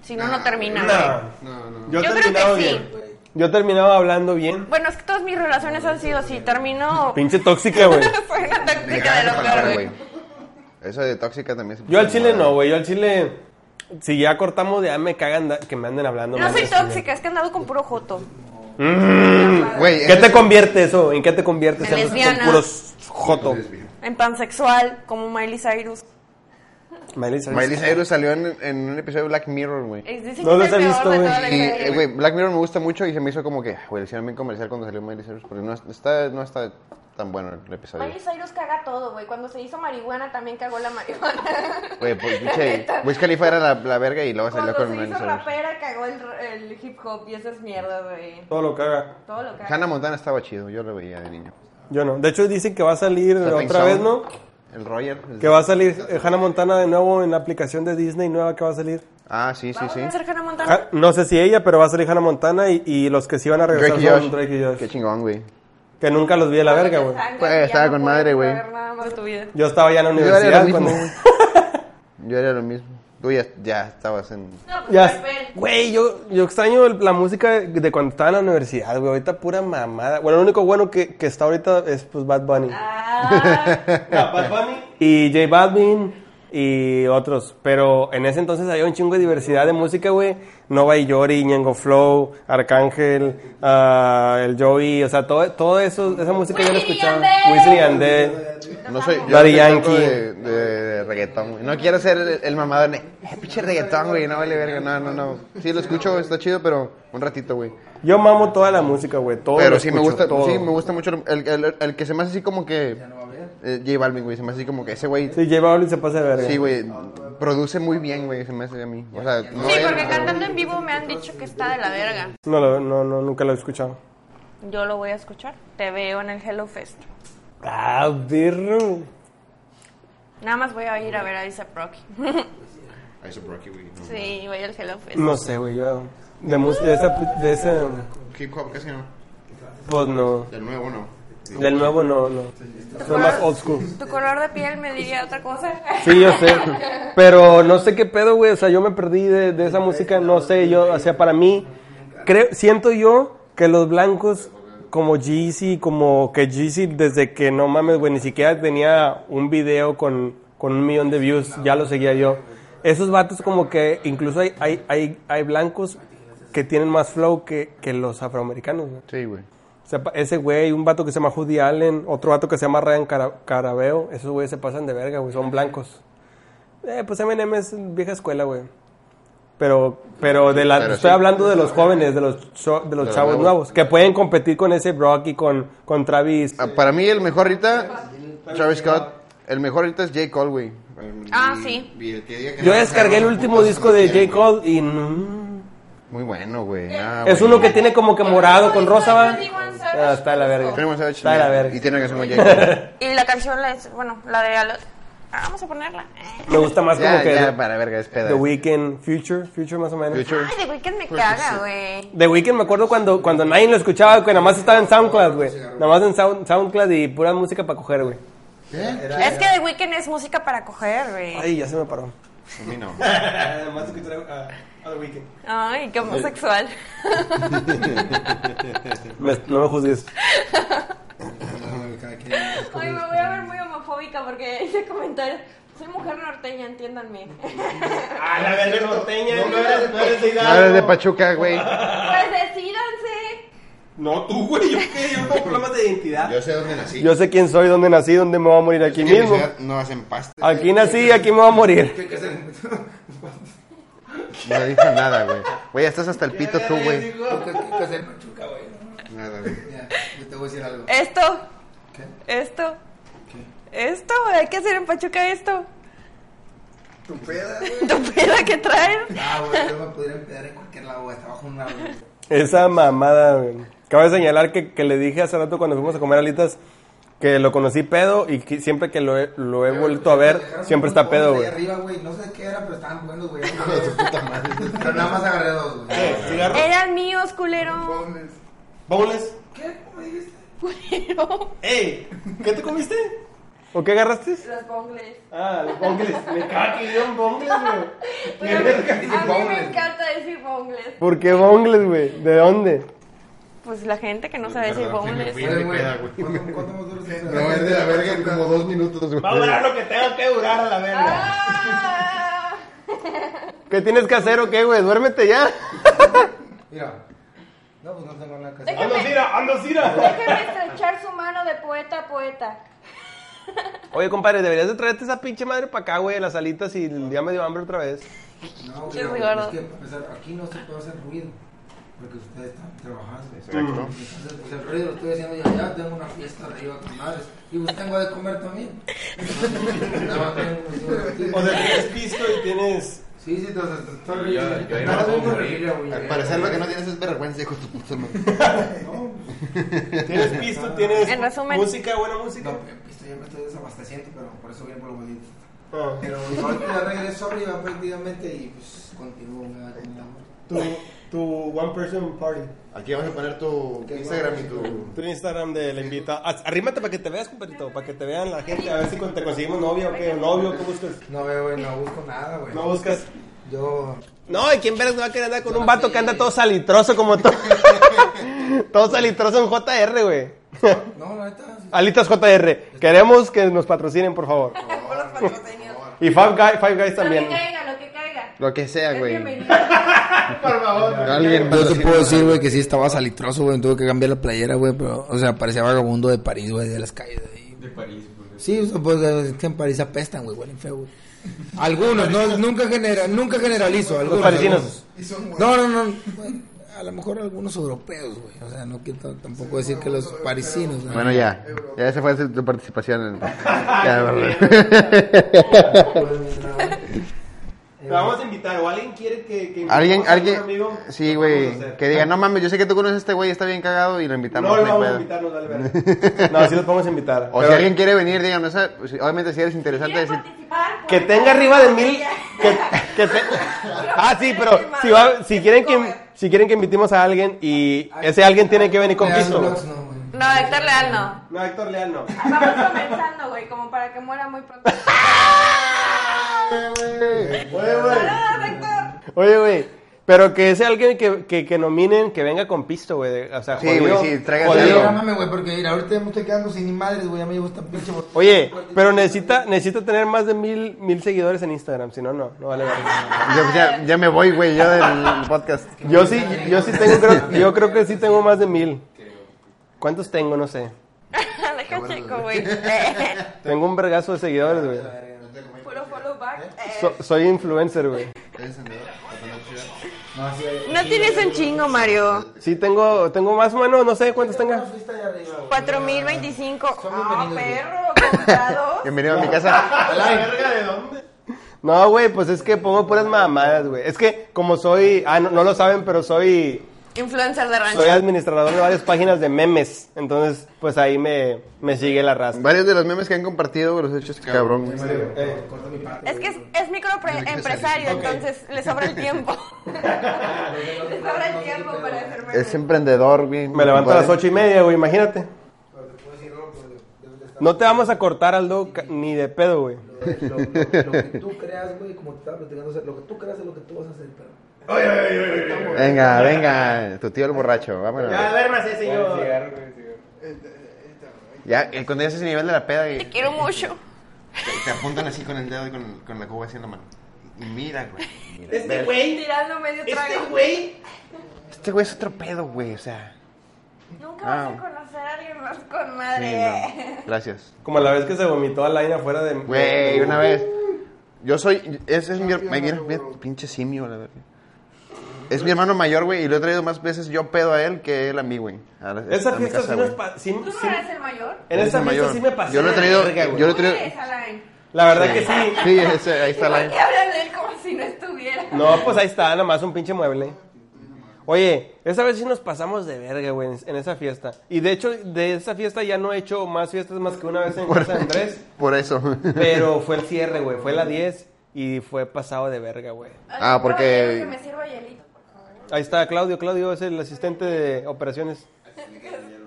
Speaker 1: Si no,
Speaker 3: Ah.
Speaker 1: no termina.
Speaker 3: No, no.
Speaker 1: Yo creo
Speaker 2: terminaba
Speaker 1: que sí.
Speaker 2: bien. Yo terminaba hablando bien.
Speaker 1: Bueno, es que todas mis relaciones han sido así. Termino.
Speaker 2: Pinche tóxica, güey.
Speaker 1: Fue una
Speaker 3: Me
Speaker 1: táctica de lo
Speaker 3: caga esa
Speaker 1: peor,
Speaker 3: palabra,
Speaker 1: güey.
Speaker 3: güey. Eso de tóxica también se
Speaker 2: Yo al
Speaker 3: puso
Speaker 2: chile
Speaker 3: de
Speaker 2: no,
Speaker 3: moda.
Speaker 2: güey. Yo al chile. Si ya cortamos, ya me cagan da- que me anden hablando.
Speaker 1: No
Speaker 2: mal
Speaker 1: soy
Speaker 2: de eso,
Speaker 1: tóxica, es que he andado con puro joto.
Speaker 3: Mm, Güey,
Speaker 2: güey. ¿Qué te
Speaker 3: eres-
Speaker 2: convierte eso? ¿En qué te conviertes?
Speaker 1: En
Speaker 2: Andas
Speaker 1: lesbiana.
Speaker 2: Con puros joto.
Speaker 1: En pansexual, como Miley Cyrus.
Speaker 2: Miley Cyrus.
Speaker 3: Miley Cyrus salió en, en un episodio de Black Mirror, güey.
Speaker 1: Es- Dicen
Speaker 2: No
Speaker 1: que
Speaker 2: los
Speaker 1: es el
Speaker 2: he
Speaker 1: peor
Speaker 2: visto,
Speaker 1: de
Speaker 2: güey.
Speaker 1: toda la
Speaker 3: Y,
Speaker 1: serie.
Speaker 3: eh, güey, Black Mirror me gusta mucho y se me hizo como que, güey, le hicieron bien comercial cuando salió Miley Cyrus, porque no es- está, no está tan bueno el episodio.
Speaker 1: Miley Cyrus caga todo, güey. Cuando se hizo marihuana también cagó la marihuana.
Speaker 3: Güey, pues, pinche,
Speaker 1: Neta.
Speaker 3: Wiz Khalifa era la, la verga y luego salió
Speaker 1: Cuando
Speaker 3: con
Speaker 1: se
Speaker 3: Miley
Speaker 1: hizo
Speaker 3: Cyrus.
Speaker 1: rapera cagó el, el hip hop y esas mierdas, güey.
Speaker 2: Todo lo caga.
Speaker 1: Todo lo caga.
Speaker 3: Hannah Montana estaba chido, yo lo veía de niño.
Speaker 2: Yo no. De hecho, dicen que va a salir
Speaker 3: Stepping
Speaker 2: otra
Speaker 3: Stone,
Speaker 2: vez, ¿no?
Speaker 3: El Roger.
Speaker 2: Que va a salir eh, Hannah Montana de nuevo en la aplicación de Disney nueva que va a salir.
Speaker 3: Ah, sí, sí,
Speaker 1: ¿Vamos
Speaker 3: sí.
Speaker 1: a hacer Hannah Montana?
Speaker 2: Ja- no sé si ella, pero va a salir Hannah Montana y, y los que sí van a regresar
Speaker 3: Drake y Josh.
Speaker 2: son Drake y Josh.
Speaker 3: Qué chingón, güey.
Speaker 2: Que nunca los vi a la verga, güey.
Speaker 1: Sangre,
Speaker 3: Güey,
Speaker 1: ya
Speaker 3: Pues, estaba con
Speaker 1: puedes
Speaker 3: madre, güey.
Speaker 1: saber nada más de tu vida.
Speaker 2: Yo estaba ya en la
Speaker 3: Yo haría
Speaker 2: universidad
Speaker 3: lo mismo,
Speaker 2: cuando...
Speaker 3: güey. Yo haría lo mismo. Tú ya, ya estabas
Speaker 1: No,
Speaker 3: en...
Speaker 1: pues
Speaker 2: Ya,
Speaker 1: papel.
Speaker 2: güey, yo, yo extraño el- la música de, de cuando estaba en la universidad, güey. Ahorita pura mamada. Bueno, lo único bueno que, que está ahorita es pues Bad Bunny.
Speaker 1: Ah,
Speaker 2: Y J Balvin. y otros. Pero en ese entonces había un chingo de diversidad de música, güey. Nova y Yori, Ñengo Flow, Arcángel, ah, el Joey, o sea, todo, todo eso, esa música yo la
Speaker 1: Wisin y
Speaker 2: escuchaba.
Speaker 1: Yandel.
Speaker 2: Wisin y Yandel.
Speaker 3: No soy yo
Speaker 2: Daddy
Speaker 3: soy
Speaker 2: Yankee.
Speaker 3: loco De, de, de reggaetón, güey. No quiero ser el, el mamadón de, eh, pinche reggaetón, güey. No vale verga, no, no, no. Sí, lo escucho, está chido, pero un ratito, güey.
Speaker 2: Yo mamo toda la música, güey. Todo
Speaker 3: Pero
Speaker 2: lo
Speaker 3: sí me
Speaker 2: escucho,
Speaker 3: gusta,
Speaker 2: todo.
Speaker 3: sí, me gusta mucho. El, el, el que se me hace así como que. eh, J Balvin, güey. Se me hace así como que ese güey.
Speaker 2: Sí, J Balvin se pasa de verga.
Speaker 3: Sí, güey. Produce muy bien, güey. Se me hace a mí. O sea, no
Speaker 1: Sí,
Speaker 3: él,
Speaker 1: porque
Speaker 3: pero-
Speaker 1: cantando en vivo me han dicho que está de la verga.
Speaker 2: No, lo- no, no, nunca lo he escuchado.
Speaker 1: Yo lo voy a escuchar. Te veo en el Hello Fest.
Speaker 2: Ah, birro.
Speaker 1: Nada más voy a ir a ver a Isa Rocky.
Speaker 4: Ice of Rocky, güey. no.
Speaker 1: sí, voy al Hello Fest.
Speaker 2: No sé, güey, yo... De, mus- de, esa, de ese...
Speaker 4: Hip hop casi no.
Speaker 2: Pues no.
Speaker 4: Del nuevo no.
Speaker 2: Del nuevo no, no. Son más old school.
Speaker 1: Tu color de piel me diría otra cosa.
Speaker 2: Sí, yo sé. Pero no sé qué pedo, güey. O sea, yo me perdí de, de esa música. No sé, yo, o sea, para mí, creo, siento yo que los blancos, como Jeezy, como que Jeezy, desde que no mames, güey, ni siquiera tenía un video con, con un millón de views, ya lo seguía yo. Esos vatos, como que incluso hay, hay, hay, hay blancos que tienen más flow que, que los afroamericanos, güey.
Speaker 3: Sí, güey.
Speaker 2: O sea, pa- ese güey, un vato que se llama Judy Allen, otro vato que se llama Ryan Cara- Carabeo, esos güeyes se pasan de verga, güey, son blancos. Eh, pues M&M es vieja escuela, güey. Pero, pero de la,
Speaker 3: Pero
Speaker 2: estoy
Speaker 3: sí.
Speaker 2: hablando de los jóvenes, de los, cho- de los
Speaker 3: los
Speaker 2: chavos
Speaker 3: nuevos.
Speaker 2: nuevos, que pueden competir con ese Brock y con, con Travis.
Speaker 3: Ah, Para mí, el mejor ahorita. Travis Scott. El mejor ahorita es J. Cole, güey.
Speaker 1: Ah, sí.
Speaker 4: Y el que diga que
Speaker 2: Yo
Speaker 4: no,
Speaker 2: descargué el
Speaker 4: no,
Speaker 2: último
Speaker 3: ah,
Speaker 4: putas,
Speaker 2: disco
Speaker 4: no
Speaker 2: de
Speaker 4: quieren,
Speaker 2: J. Cole y... no.
Speaker 3: Muy Ah, bueno, güey. Nah,
Speaker 2: Es
Speaker 3: güey.
Speaker 2: uno que tiene como que morado con rosa, va.
Speaker 1: 21 Savage.
Speaker 2: Ah, está de la
Speaker 3: Tenemos
Speaker 2: verga.
Speaker 3: a
Speaker 2: Está de la verga.
Speaker 3: Y tiene que ser con J. Cole.
Speaker 1: Y la canción la es, bueno, la de Alot. Ah, vamos a ponerla.
Speaker 2: Me gusta más como
Speaker 3: ya,
Speaker 2: que
Speaker 3: ya, para verga, es peda.
Speaker 2: The Weeknd, Future, Future más o menos.
Speaker 3: Future.
Speaker 1: Ay, de Weekend me caga, güey.
Speaker 2: The Weeknd me acuerdo cuando, cuando nadie lo escuchaba, güey, nada más estaba en SoundCloud, güey. Nada más en Sound- SoundCloud y pura música para coger, güey.
Speaker 1: Es que The Weeknd es música para coger, güey.
Speaker 2: Ay, ya se me paró.
Speaker 4: A mí no.
Speaker 5: Además, ah, escuchar a, a The Weeknd.
Speaker 1: Ay, qué homosexual.
Speaker 2: Me- no me juzgues.
Speaker 1: Hoy me voy a ver muy homofóbica porque hice comentarios. Soy mujer norteña, entiéndanme.
Speaker 5: Ah, la verga norteña, no, eres, no eres de
Speaker 3: No eres de Pachuca, güey.
Speaker 1: Pues decídanse.
Speaker 5: No, tú, güey, yo qué, yo tengo problemas de identidad.
Speaker 4: Yo sé dónde nací.
Speaker 2: Yo sé quién soy, dónde nací, dónde me voy a morir aquí
Speaker 4: Sé que en mi
Speaker 2: mismo.
Speaker 4: ciudad No hacen pasta.
Speaker 2: Aquí nací, aquí me voy a morir.
Speaker 3: No dijo nada, güey. Güey, ya estás hasta el pito tú, güey.
Speaker 4: Nada, güey.
Speaker 6: Yo te voy a decir algo.
Speaker 1: Esto. Esto. Esto, hay que hacer en Pachuca esto.
Speaker 6: Tu peda, güey.
Speaker 1: Tu peda que traen.
Speaker 6: Ah, güey, yo me podría empedar en cualquier lado, güey. Hasta bajo un árbol.
Speaker 2: Esa mamada, güey. Cabe señalar que, que le dije hace rato cuando fuimos a comer alitas que lo conocí pedo y que siempre que lo he, lo he vuelto a ver,
Speaker 6: Dejaron
Speaker 2: siempre
Speaker 6: unos
Speaker 2: está pedo,
Speaker 6: bonos
Speaker 2: güey.
Speaker 6: ahí arriba, güey. No sé qué era, pero estaban buenos, güey. Pero nada más agarré dos, güey.
Speaker 5: Eh, cigarro.
Speaker 1: Eran míos, culero.
Speaker 5: Boneless.
Speaker 6: ¿Qué? ¿Cómo dijiste?
Speaker 1: Culero.
Speaker 5: Ey, ¿qué te comiste?
Speaker 2: ¿O qué agarraste?
Speaker 1: Los bongles.
Speaker 5: Ah, los bongles. Me caga que digan bongles, güey.
Speaker 1: Bueno,
Speaker 5: Me verga que
Speaker 1: a
Speaker 5: digan
Speaker 1: mí me
Speaker 5: bongles.
Speaker 1: encanta decir bongles.
Speaker 2: ¿Por qué bongles, güey? ¿De dónde?
Speaker 1: Pues la gente que no sabe decir
Speaker 4: Perdón, sí me
Speaker 1: bongles.
Speaker 4: fui de peda, güey.
Speaker 6: ¿Cuánto, cuánto más duro se
Speaker 4: No, es de la verga como dos minutos, güey.
Speaker 5: Va a durar lo que tenga que durar a la verga.
Speaker 1: Ah.
Speaker 2: ¿Qué tienes que hacer o qué, güey? Duérmete ya.
Speaker 6: Mira. No, pues no tengo nada que hacer.
Speaker 1: Déjame-
Speaker 5: Ando Cira, ando Cira.
Speaker 1: Déjame estrechar su mano de poeta a poeta.
Speaker 2: Oye, compadre, deberías de traerte esa pinche madre para acá, güey, las alitas y ya me dio hambre otra vez.
Speaker 6: No,
Speaker 1: Yo soy
Speaker 6: güey,
Speaker 1: gordo.
Speaker 6: es que para empezar, aquí no se puede hacer ruido. Porque ustedes están trabajando.
Speaker 4: Exacto.
Speaker 6: Entonces, pues el ruido lo estoy haciendo yo allá. Tengo una fiesta arriba con madres. Y pues tengo de comer también. Nada más tengo un
Speaker 5: O sea, tienes pisto y tienes.
Speaker 6: Sí, sí, entonces está
Speaker 4: Yo- yo- yo ahí no
Speaker 6: Nada más
Speaker 4: puedo
Speaker 6: vengo
Speaker 4: morir.
Speaker 6: arriba, güey.
Speaker 4: Al parecer lo que no tienes es vergüenza, hijo de tu puta madre.
Speaker 6: pues,
Speaker 5: Tienes pisto, tienes.
Speaker 1: En resumen.
Speaker 5: Música, buena música.
Speaker 6: No, esto ya me estoy desabasteciendo, pero por eso viene por los bolitos.
Speaker 5: Ah.
Speaker 6: Pero ahorita regreso arriba prácticamente y pues continúo. me da como la madre.
Speaker 5: Tu, tu One Person Party.
Speaker 4: Aquí vas a poner tu Instagram y tu.
Speaker 2: Tu Instagram de la invita. As- Arrímate para que te veas, compadrito, para que te vean la gente, a ver si con- te conseguimos novia o qué, o novio, ¿qué buscas?
Speaker 6: No veo, güey, no busco nada, güey.
Speaker 2: No buscas.
Speaker 6: Yo.
Speaker 2: No, ¿y quién verás no va a querer andar con un vato que anda todo salitroso como todo? todo salitroso en JR, güey.
Speaker 6: No, la neta. sí.
Speaker 2: Alitas JR, queremos que nos patrocinen, por favor.
Speaker 1: Por los patrocinios.
Speaker 2: Y Five Guys, Five Guys
Speaker 7: Lo que
Speaker 2: también.
Speaker 7: caiga, lo que caiga.
Speaker 3: Lo que sea,
Speaker 7: Es
Speaker 3: güey.
Speaker 7: bienvenido.
Speaker 3: Alguien
Speaker 6: Yo te
Speaker 3: patrocina.
Speaker 6: puedo decir, güey, que sí estaba salitroso, güey. Tuve que cambiar la playera, güey. Pero, o sea, parecía vagabundo de París, güey, de las calles de ahí.
Speaker 5: De París, porque-
Speaker 6: Sí, o sea, pues es que en París apestan, güey, huelen feo, güey. Algunos, no, nunca, genera, nunca generalizo. Algunos,
Speaker 2: parisinos.
Speaker 6: algunos. No, no, no. güey, A lo mejor algunos europeos, güey. O sea, no quiero t- tampoco decir que los parisinos. ¿no?
Speaker 3: Bueno, ya. Ya esa fue tu participación. En... Ya, güey.
Speaker 5: Te vamos a invitar, o alguien quiere que. que
Speaker 3: Alguien,
Speaker 5: invitemos a
Speaker 3: alguien.
Speaker 5: algún amigo,
Speaker 3: Sí,
Speaker 5: lo
Speaker 3: güey.
Speaker 5: podemos hacer.
Speaker 3: Que diga, no mames, yo sé que tú conoces a este güey, está bien cagado y lo invitamos.
Speaker 5: No lo
Speaker 3: hay
Speaker 5: vamos a
Speaker 3: pedo".
Speaker 5: invitar, nos vale verga.
Speaker 2: No, sí los podemos invitar.
Speaker 3: O
Speaker 2: Pero
Speaker 3: si alguien quiere venir, díganos. ah, pues, Obviamente, si eres interesante,
Speaker 7: ¿Quieres
Speaker 3: decir.
Speaker 7: participar? Pues,
Speaker 2: Que tenga arriba de mil.
Speaker 7: ya.
Speaker 2: Que, que te- Ah, sí, pero si, va- si, quieren que, si quieren que invitemos a alguien y ese alguien tiene que venir con
Speaker 6: Leal
Speaker 2: pisto.
Speaker 6: Blocks, no, güey.
Speaker 1: No, Héctor Leal no.
Speaker 5: No, Héctor Leal no.
Speaker 7: Vamos comenzando, güey, como para que muera muy pronto. ¡Saludos, Héctor!
Speaker 2: Oye, güey. Pero que ese alguien que, que, que nominen, que venga con pisto, güey. O sea,
Speaker 3: Sí,
Speaker 2: jodido,
Speaker 3: güey, sí, tráigase
Speaker 2: jodido.
Speaker 3: algo.
Speaker 6: No mames, güey, porque mira, ahorita ya me estoy quedando sin ni madres, güey. Ya me llevo esta pinche botella.
Speaker 2: Oye, pero necesita, necesita tener más de mil, mil seguidores en Instagram, si no, no, no vale verga.
Speaker 3: Yo pues, ya, ya me voy, güey, yo del podcast.
Speaker 2: Yo sí, yo sí tengo, creo- yo creo que sí tengo más de mil. ¿Cuántos tengo? No sé.
Speaker 1: Deja chico, güey.
Speaker 2: Tengo un vergazo de seguidores, güey.
Speaker 7: Puro follow back. Eh,
Speaker 2: So- soy influencer, güey.
Speaker 1: No tienes un chingo, Mario.
Speaker 2: Sí, tengo, tengo más o menos, no sé cuántos tenga.
Speaker 1: 4025.
Speaker 7: ¡Ah, perro! ¿Comprados?
Speaker 3: Bienvenido a mi casa.
Speaker 2: No, güey, pues es que pongo puras mamadas, güey. Es que como soy, ah, no, no lo saben, pero soy,
Speaker 1: Influencer de rancho.
Speaker 2: soy administrador de varias páginas de memes. Entonces, pues ahí me, me sigue la raza.
Speaker 3: Varios de los memes que han compartido, güey, los he hecho este cabrón. güey.
Speaker 2: Eh,
Speaker 1: Es que es, es microempresario, entonces le sobra el tiempo.
Speaker 7: Les sobra el tiempo para hacerme.
Speaker 3: Es emprendedor, güey.
Speaker 2: me levanto a las ocho y media, güey, imagínate. No te vamos a cortar, Aldo, ca- ni de pedo, güey.
Speaker 6: Lo, lo- lo que tú creas, güey, como te estaba platicando, o sea, lo que tú creas es lo que tú vas a hacer, pero.
Speaker 3: Venga, venga, tu tío el borracho, vámonos.
Speaker 5: Ya, duérmase, señor.
Speaker 3: Ya, eh, cuando ya haces ese nivel de la peda, y
Speaker 1: Te quiero mucho.
Speaker 3: te apuntan así con el dedo y con, con la cuba así en la mano. Y mira, güey. mira.
Speaker 5: Este güey.
Speaker 7: Tirando medio
Speaker 5: Este
Speaker 7: trago.
Speaker 5: güey.
Speaker 3: Este güey es otro pedo, güey, o sea.
Speaker 7: Nunca vas a
Speaker 3: Ah.
Speaker 7: conocer a alguien más con
Speaker 3: sí,
Speaker 7: madre.
Speaker 3: no. Gracias.
Speaker 2: Como la vez que se vomitó a Laina afuera de...
Speaker 3: Güey, una vez. Yo soy. Ese es mi. her- mira, mira, pinche simio, la verdad. Es mi hermano mayor, güey, y lo he traído más veces yo pedo a él que él a mí, güey. A la- a
Speaker 2: Esa
Speaker 3: mi
Speaker 2: fiesta
Speaker 3: casa,
Speaker 2: sí nos...
Speaker 3: güey.
Speaker 2: pa- sí-
Speaker 7: ¿Tú
Speaker 2: sí-
Speaker 7: no eres el mayor?
Speaker 2: en
Speaker 3: Él es
Speaker 2: esa fiesta
Speaker 3: el mayor.
Speaker 2: sí me pasé.
Speaker 3: Yo lo he
Speaker 2: de
Speaker 3: traído-
Speaker 2: verga, güey.
Speaker 3: yo lo he
Speaker 7: ¿Tú
Speaker 3: traído-
Speaker 7: eres, Alain?
Speaker 2: La verdad que sí.
Speaker 3: Sí, ese, ahí está
Speaker 7: ¿Por
Speaker 3: la.
Speaker 7: qué hablan de él como si no estuviera?
Speaker 2: No, pues ahí está, nomás un pinche mueble. Oye, esa vez sí nos pasamos de verga, güey, en- en esa fiesta. Y de hecho, de esa fiesta ya no he hecho más fiestas más que una vez en casa de Andrés.
Speaker 3: Por eso.
Speaker 2: Pero fue el cierre, güey. Fue la 10 y fue pasado de verga, güey.
Speaker 3: Ah, porque-
Speaker 7: Que me sirva hielito, por favor.
Speaker 2: Ahí está Claudio. Claudio es el asistente de operaciones.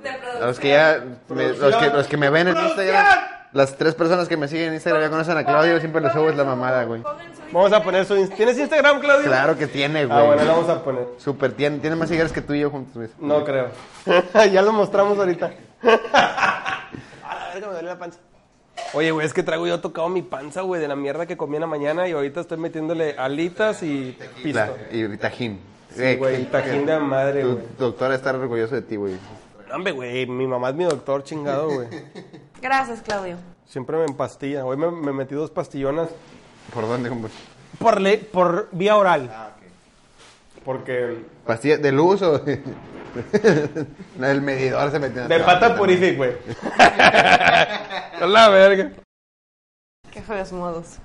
Speaker 7: De
Speaker 3: A los
Speaker 7: producción.
Speaker 3: que ya. me- los, que, los que me ven en Instagram. Las tres personas que me siguen en Instagram ya conocen a Claudio. Siempre les subo es la mamada, güey.
Speaker 7: Pongan su
Speaker 2: Vamos a poner su... ins- ¿Tienes Instagram, Claudio?
Speaker 3: Claro que tiene, güey.
Speaker 2: Ah, bueno, lo vamos a poner.
Speaker 3: Super, tiene, tiene más seguidores que tú y yo juntos, güey.
Speaker 2: No creo. ya lo mostramos ahorita. a la verga, me duele la panza. Oye, güey, es que traigo yo tocado mi panza, güey, de la mierda que comí en la mañana y ahorita estoy metiéndole alitas y
Speaker 3: La-
Speaker 2: pisto.
Speaker 3: y Tajín. Eh,
Speaker 2: Sí, güey, tajín de madre,
Speaker 3: Tu,
Speaker 2: güey.
Speaker 3: tu doctora está orgulloso de ti, güey.
Speaker 2: No, Hombre, güey, mi mamá es mi doctor chingado, güey.
Speaker 1: Gracias, Claudio.
Speaker 2: Siempre me empastilla. Hoy me, me metí dos pastillonas
Speaker 3: ¿Por dónde, compa?
Speaker 2: por, le- por vía oral. Porque
Speaker 3: ¿Pastilla de luz o...? No, el medidor se metió. en
Speaker 2: de
Speaker 3: la-
Speaker 2: pata pues. purific, güey. A la verga.
Speaker 1: Qué feos modos.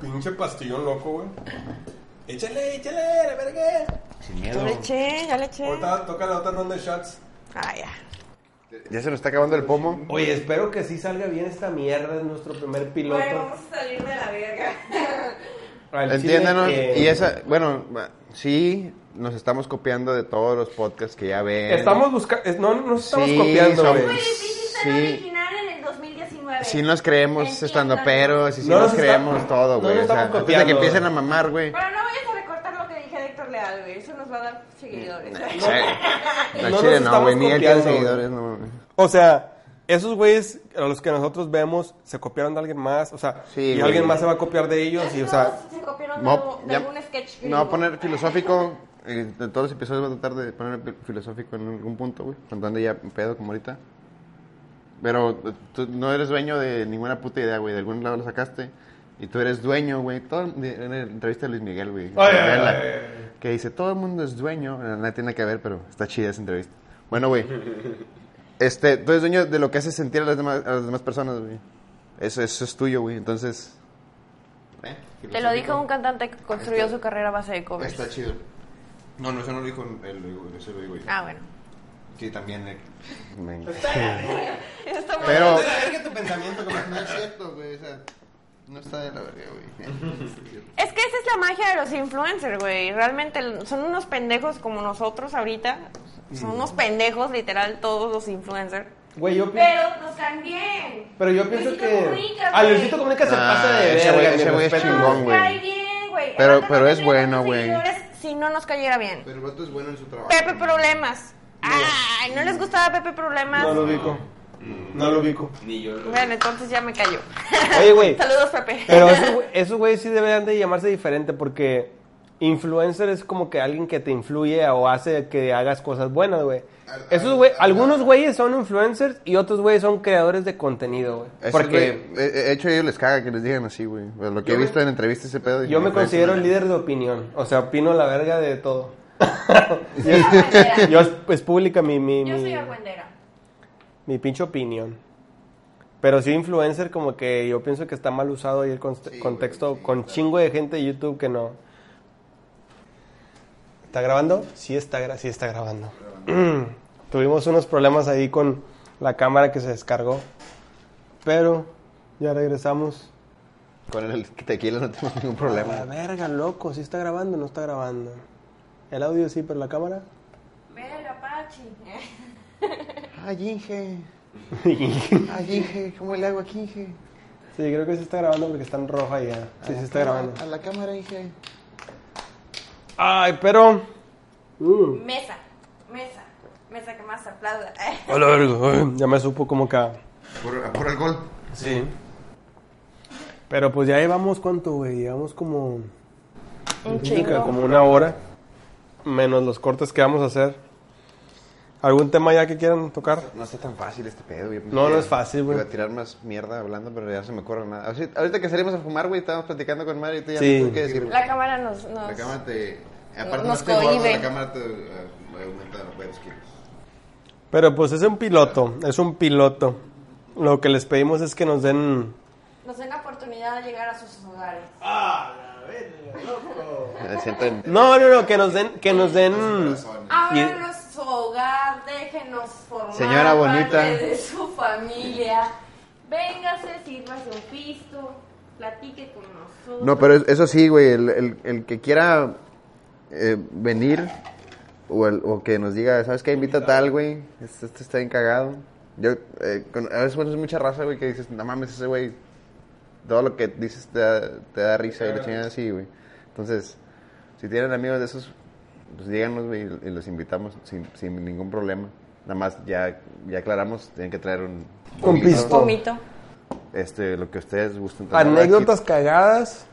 Speaker 2: Pinche pastillón loco, güey. Échale, échale, la verga.
Speaker 3: Sin
Speaker 1: Ya
Speaker 3: miedo.
Speaker 1: le eché, ya le eché.
Speaker 2: toca la otra ronda de shots.
Speaker 1: Ah, ya.
Speaker 3: Ya se nos está acabando el pomo.
Speaker 2: Oye, espero que sí salga bien esta mierda. Es nuestro primer piloto.
Speaker 7: Güey, vamos a salir de la verga.
Speaker 2: Al chile
Speaker 3: Entiéndanos.
Speaker 2: que-
Speaker 3: Y esa... Bueno, va- sí, nos estamos copiando de todos los podcasts que ya ven.
Speaker 2: Estamos buscando. No, no nos estamos
Speaker 3: Sí,
Speaker 2: copiando,
Speaker 3: somos-
Speaker 2: güey.
Speaker 7: difícil ser
Speaker 3: Sí.
Speaker 7: original en el 2019.
Speaker 3: Sí nos creemos
Speaker 7: Entiéndanlo.
Speaker 3: estando peros y sí
Speaker 2: No
Speaker 3: nos
Speaker 2: nos
Speaker 3: creemos
Speaker 2: estamos-
Speaker 3: todo,
Speaker 2: no
Speaker 3: güey.
Speaker 2: nos
Speaker 3: o
Speaker 2: estamos
Speaker 3: sea, antes de que
Speaker 2: copiando.
Speaker 3: empiecen a mamar, güey.
Speaker 7: Pero no vayas a recortar lo que dije de Héctor Leal, güey. Eso nos va a dar seguidores.
Speaker 3: Sí.
Speaker 2: No
Speaker 3: No,
Speaker 2: nos
Speaker 3: chile, no,
Speaker 2: estamos
Speaker 3: güey. Ni él tiene
Speaker 2: copiando, güey.
Speaker 3: seguidores, no.
Speaker 2: O sea, esos güeyes a los que nosotros vemos se copiaron de alguien más, o sea,
Speaker 3: Sí,
Speaker 2: y
Speaker 3: güey.
Speaker 2: alguien más se va a copiar de ellos, y o sea,
Speaker 1: se copiaron de,
Speaker 3: No,
Speaker 1: algún- de
Speaker 3: ya-
Speaker 1: algún sketch.
Speaker 3: me voy a poner filosófico. eh, De todos los episodios voy a tratar de poner fil- filosófico en algún punto, güey. Cuando ande ya en pedo como ahorita. Pero eh, tú no eres dueño de ninguna puta idea, güey. De algún lado lo sacaste. Y tú eres dueño, güey. Todo, de- en la entrevista de Luis Miguel, güey.
Speaker 2: Ay, ay,
Speaker 3: Vela,
Speaker 2: ay,
Speaker 3: Que dice, todo el mundo es dueño. No, Nada tiene que ver, pero está chida esa entrevista. Bueno, güey. Este, tú eres dueño de lo que haces sentir a las demás, a las demás personas, güey. Eso, eso es tuyo, güey. Entonces... eh,
Speaker 1: Te lo dijo
Speaker 3: filosófico.
Speaker 1: un cantante que construyó su carrera a base de covers.
Speaker 4: Está chido. No, no, eso no lo dijo él, lo digo- eso lo digo yo.
Speaker 1: Ah, bueno.
Speaker 4: Sí, también. eh.
Speaker 3: Me-
Speaker 1: Está muy
Speaker 3: Pero,
Speaker 4: Es que tu pensamiento como que no es cierto, güey. O sea, no está de la verga, güey.
Speaker 1: Es que esa es la magia de los influencers, güey. Realmente l- son unos pendejos como nosotros ahorita. Son unos pendejos, literal, todos los influencers.
Speaker 2: güey, yo pienso...
Speaker 7: Pero
Speaker 1: pues,
Speaker 7: nos también.
Speaker 2: Pero yo pienso
Speaker 7: Luisito
Speaker 2: que...
Speaker 7: Comunica,
Speaker 2: Ah,
Speaker 7: güey.
Speaker 2: Luisito Comunica se
Speaker 3: Ah,
Speaker 2: pasa de
Speaker 3: ese güey-
Speaker 2: verga.
Speaker 3: ese
Speaker 2: mi
Speaker 3: güey es
Speaker 2: respeto.
Speaker 3: chingón.
Speaker 7: Nos
Speaker 3: güey.
Speaker 7: cae bien, güey.
Speaker 3: Pero-
Speaker 7: Aparte,
Speaker 3: pero
Speaker 7: no
Speaker 3: es
Speaker 7: tendríamos
Speaker 3: bueno, güey.
Speaker 7: seguidores.
Speaker 1: Si no nos cayera bien.
Speaker 4: Pero el vato es bueno en su trabajo.
Speaker 1: Pepe Problemas. Ay, ¿no les gustaba Pepe Problemas?
Speaker 2: No lo ubico. No lo ubico.
Speaker 8: Ni yo lo
Speaker 1: Bueno, entonces ya me cayó.
Speaker 2: Oye, güey.
Speaker 1: Saludos, Pepe.
Speaker 2: Pero esos, güey- esos güeyes sí deberían de llamarse diferente porque influencer es como que alguien que te influye o hace que hagas cosas buenas, güey. Esos güey, algunos güeyes son influencers y otros güeyes son creadores de contenido, güey.
Speaker 3: esos
Speaker 2: Porque
Speaker 3: güey- eh, eh, de hecho, a ellos les caga que les digan así, güey. Pues, Lo que he visto en entrevistas ese pedo.
Speaker 2: yo me considero
Speaker 3: el
Speaker 2: líder de opinión, o sea, opino la verga de todo. yo, yo es, es pública mi mi,
Speaker 1: Yo soy
Speaker 2: mi,
Speaker 1: argüendera.
Speaker 2: mi pinche opinión. Pero sí influencer como que yo pienso que está mal usado y el const- contexto con chingo de gente de YouTube que no. ¿Está grabando? Sí está, gra- sí está grabando. Tuvimos unos problemas ahí con la cámara que se descargó. Pero ya regresamos.
Speaker 3: Con el tequila no tengo ningún
Speaker 2: A la
Speaker 3: problema.
Speaker 2: verga, loco, si está grabando o no está grabando. El audio sí, pero la cámara.
Speaker 1: Verga, Apache.
Speaker 3: Ay, Inge. Ay, Inge. ¿Cómo le hago aquí, Inge?
Speaker 2: Sí, creo que sí está grabando porque está en roja ya. Sí, sí está grabando.
Speaker 3: A la cámara, Inge.
Speaker 2: Ay, pero.
Speaker 1: Mesa, mesa, mesa que más aplauda.
Speaker 2: Hola, verga. ay, Ya me supo como que.
Speaker 4: Por, por el gol.
Speaker 2: Sí. Pero pues ya llevamos cuánto, güey. Llevamos como.
Speaker 1: Un
Speaker 2: Chica,
Speaker 1: chingo.
Speaker 2: como una hora. Menos los cortes que vamos a hacer. ¿Algún tema ya que quieran tocar?
Speaker 3: No está tan fácil este pedo, güey.
Speaker 2: No, no es fácil, güey.
Speaker 3: Iba a tirar más mierda hablando, pero ya se me ocurre nada. Ahorita- Ahorita que salimos a fumar, güey, estábamos platicando con Mario y tú ya
Speaker 2: Sí.
Speaker 3: no sabes qué decir. güey.
Speaker 1: La cámara nos. nos-
Speaker 4: La cámara te.
Speaker 1: Nos
Speaker 4: Aparte, no te gordo,
Speaker 1: cohíbe.
Speaker 4: la cámara te eh, aumenta varios kilos.
Speaker 2: Pero pues es un piloto. Es un piloto. Lo que les pedimos es que nos den.
Speaker 1: nos den la oportunidad de llegar a sus hogares.
Speaker 3: Me siento en-
Speaker 2: No, no, no. Que nos den. Que nos den.
Speaker 1: Ábranos su hogar, déjenos formar
Speaker 3: Señora bonita.
Speaker 1: parte de su familia. Véngase, sírvase un pisto, platique con nosotros.
Speaker 3: No, pero es- eso sí, güey, el, el- el que quiera eh, venir o, el- o que nos diga, ¿sabes qué? Invita a tal, güey, este, este está bien cagado. Yo, eh, con- a veces es mucha raza, güey, que dices, no mames, ese güey, todo lo que dices te da, te da risa y la chingada así, güey. Entonces, si tienen amigos de esos, pues díganos, güey, y los invitamos sin, sin ningún problema. Nada más, ya, ya aclaramos, tienen que traer un...
Speaker 2: Un pisto.
Speaker 1: Vomito.
Speaker 3: Este, lo que ustedes gusten. traer.
Speaker 2: Anécdotas cagadas.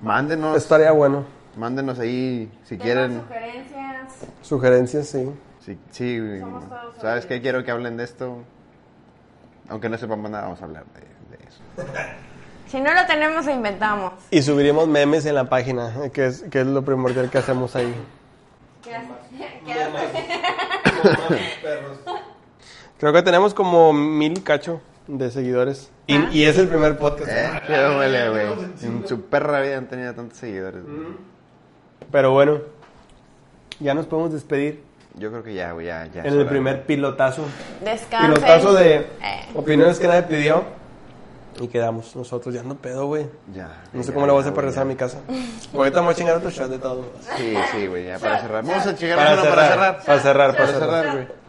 Speaker 3: Mándenos.
Speaker 2: Estaría bueno.
Speaker 3: Mándenos ahí si
Speaker 1: Quieren
Speaker 3: quieren.
Speaker 1: sugerencias.
Speaker 2: Sugerencias, sí.
Speaker 3: Si, sí, güey.
Speaker 1: Somos todos
Speaker 3: ¿sabes
Speaker 1: oídos.
Speaker 3: qué? Quiero que hablen de esto. Aunque no sepamos nada, vamos a hablar de, de eso.
Speaker 1: Si no lo tenemos, lo inventamos.
Speaker 2: Y subiremos memes en la página, eh, que es, que es lo primordial que hacemos ahí.
Speaker 1: ¿Qué hace- qué hace?
Speaker 2: Creo que tenemos como mil y cacho de seguidores. Y, y es el primer podcast.
Speaker 3: Ah. ¿Eh? Qué huele, güey. En su perra vida han tenido tantos seguidores. güey.
Speaker 2: Pero bueno, ya nos podemos despedir
Speaker 3: Yo creo que ya, güey, ya, ya. es
Speaker 2: en el
Speaker 3: hora,
Speaker 2: primer pilotazo.
Speaker 1: Descansen.
Speaker 2: Pilotazo de
Speaker 1: Eh.
Speaker 2: opiniones que nadie pidió. Y quedamos nosotros, ya no pedo, güey.
Speaker 3: güey. Ya.
Speaker 2: No sé
Speaker 3: ya,
Speaker 2: cómo lo voy a
Speaker 3: ya,
Speaker 2: hacer para
Speaker 3: güey,
Speaker 2: regresar a mi
Speaker 3: ya.
Speaker 2: casa. Ahorita vamos a chingar otro shot de todo.
Speaker 3: Sí, sí, güey, ya para cerrar. Vamos a llegar
Speaker 2: Para
Speaker 3: uno para cerrar.
Speaker 2: cerrar, para cerrar, para
Speaker 3: Para cerrar,
Speaker 2: cerrar.
Speaker 3: güey.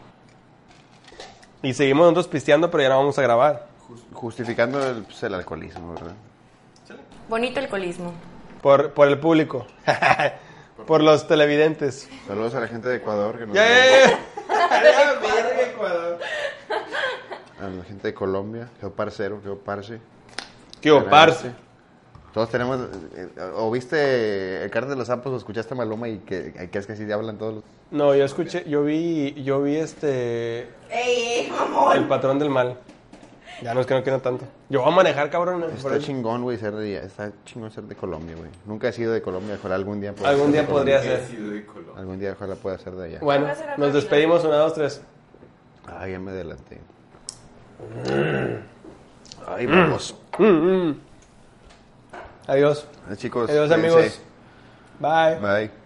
Speaker 2: Y seguimos nosotros pisteando, pero ya no vamos a grabar.
Speaker 3: Justificando el, pues, el alcoholismo, ¿verdad?
Speaker 1: Bonito alcoholismo.
Speaker 2: Por, por el público. por los televidentes.
Speaker 3: Saludos a la gente de Ecuador que nos
Speaker 2: Ya, ya, ya.
Speaker 5: verga, Ecuador.
Speaker 3: a la gente de Colombia, Geoparcero, Geoparse.
Speaker 2: ¿Qué oparse?
Speaker 3: Todos tenemos. eh, eh, ¿O viste el cartel de los sapos o escuchaste a Maluma y que, que es que así hablan todos los.
Speaker 2: No, yo escuché, yo vi, yo vi este,
Speaker 7: ¡Ey,
Speaker 2: el
Speaker 7: mamón!
Speaker 2: patrón del mal. Ya no es que no quiero tanto. Yo voy a manejar, cabrón. por
Speaker 3: Está
Speaker 2: ahí.
Speaker 3: chingón, güey, ser de, está chingón ser de Colombia, güey. Nunca he sido de Colombia, ojalá algún día pueda
Speaker 2: Algún
Speaker 3: ser de
Speaker 2: día podría
Speaker 3: Colombia.
Speaker 2: ser.
Speaker 3: Algún día ojalá pueda ser de allá.
Speaker 2: Bueno,
Speaker 1: Una será
Speaker 2: nos
Speaker 1: Navidad.
Speaker 2: despedimos, una, dos, tres.
Speaker 3: Ay, ya me adelanté. Ay, vamos.
Speaker 2: Mm, mm. Adiós.
Speaker 3: Chicos,
Speaker 2: Adiós,
Speaker 3: Pues, cuídense.
Speaker 2: amigos. Bye.
Speaker 3: Bye.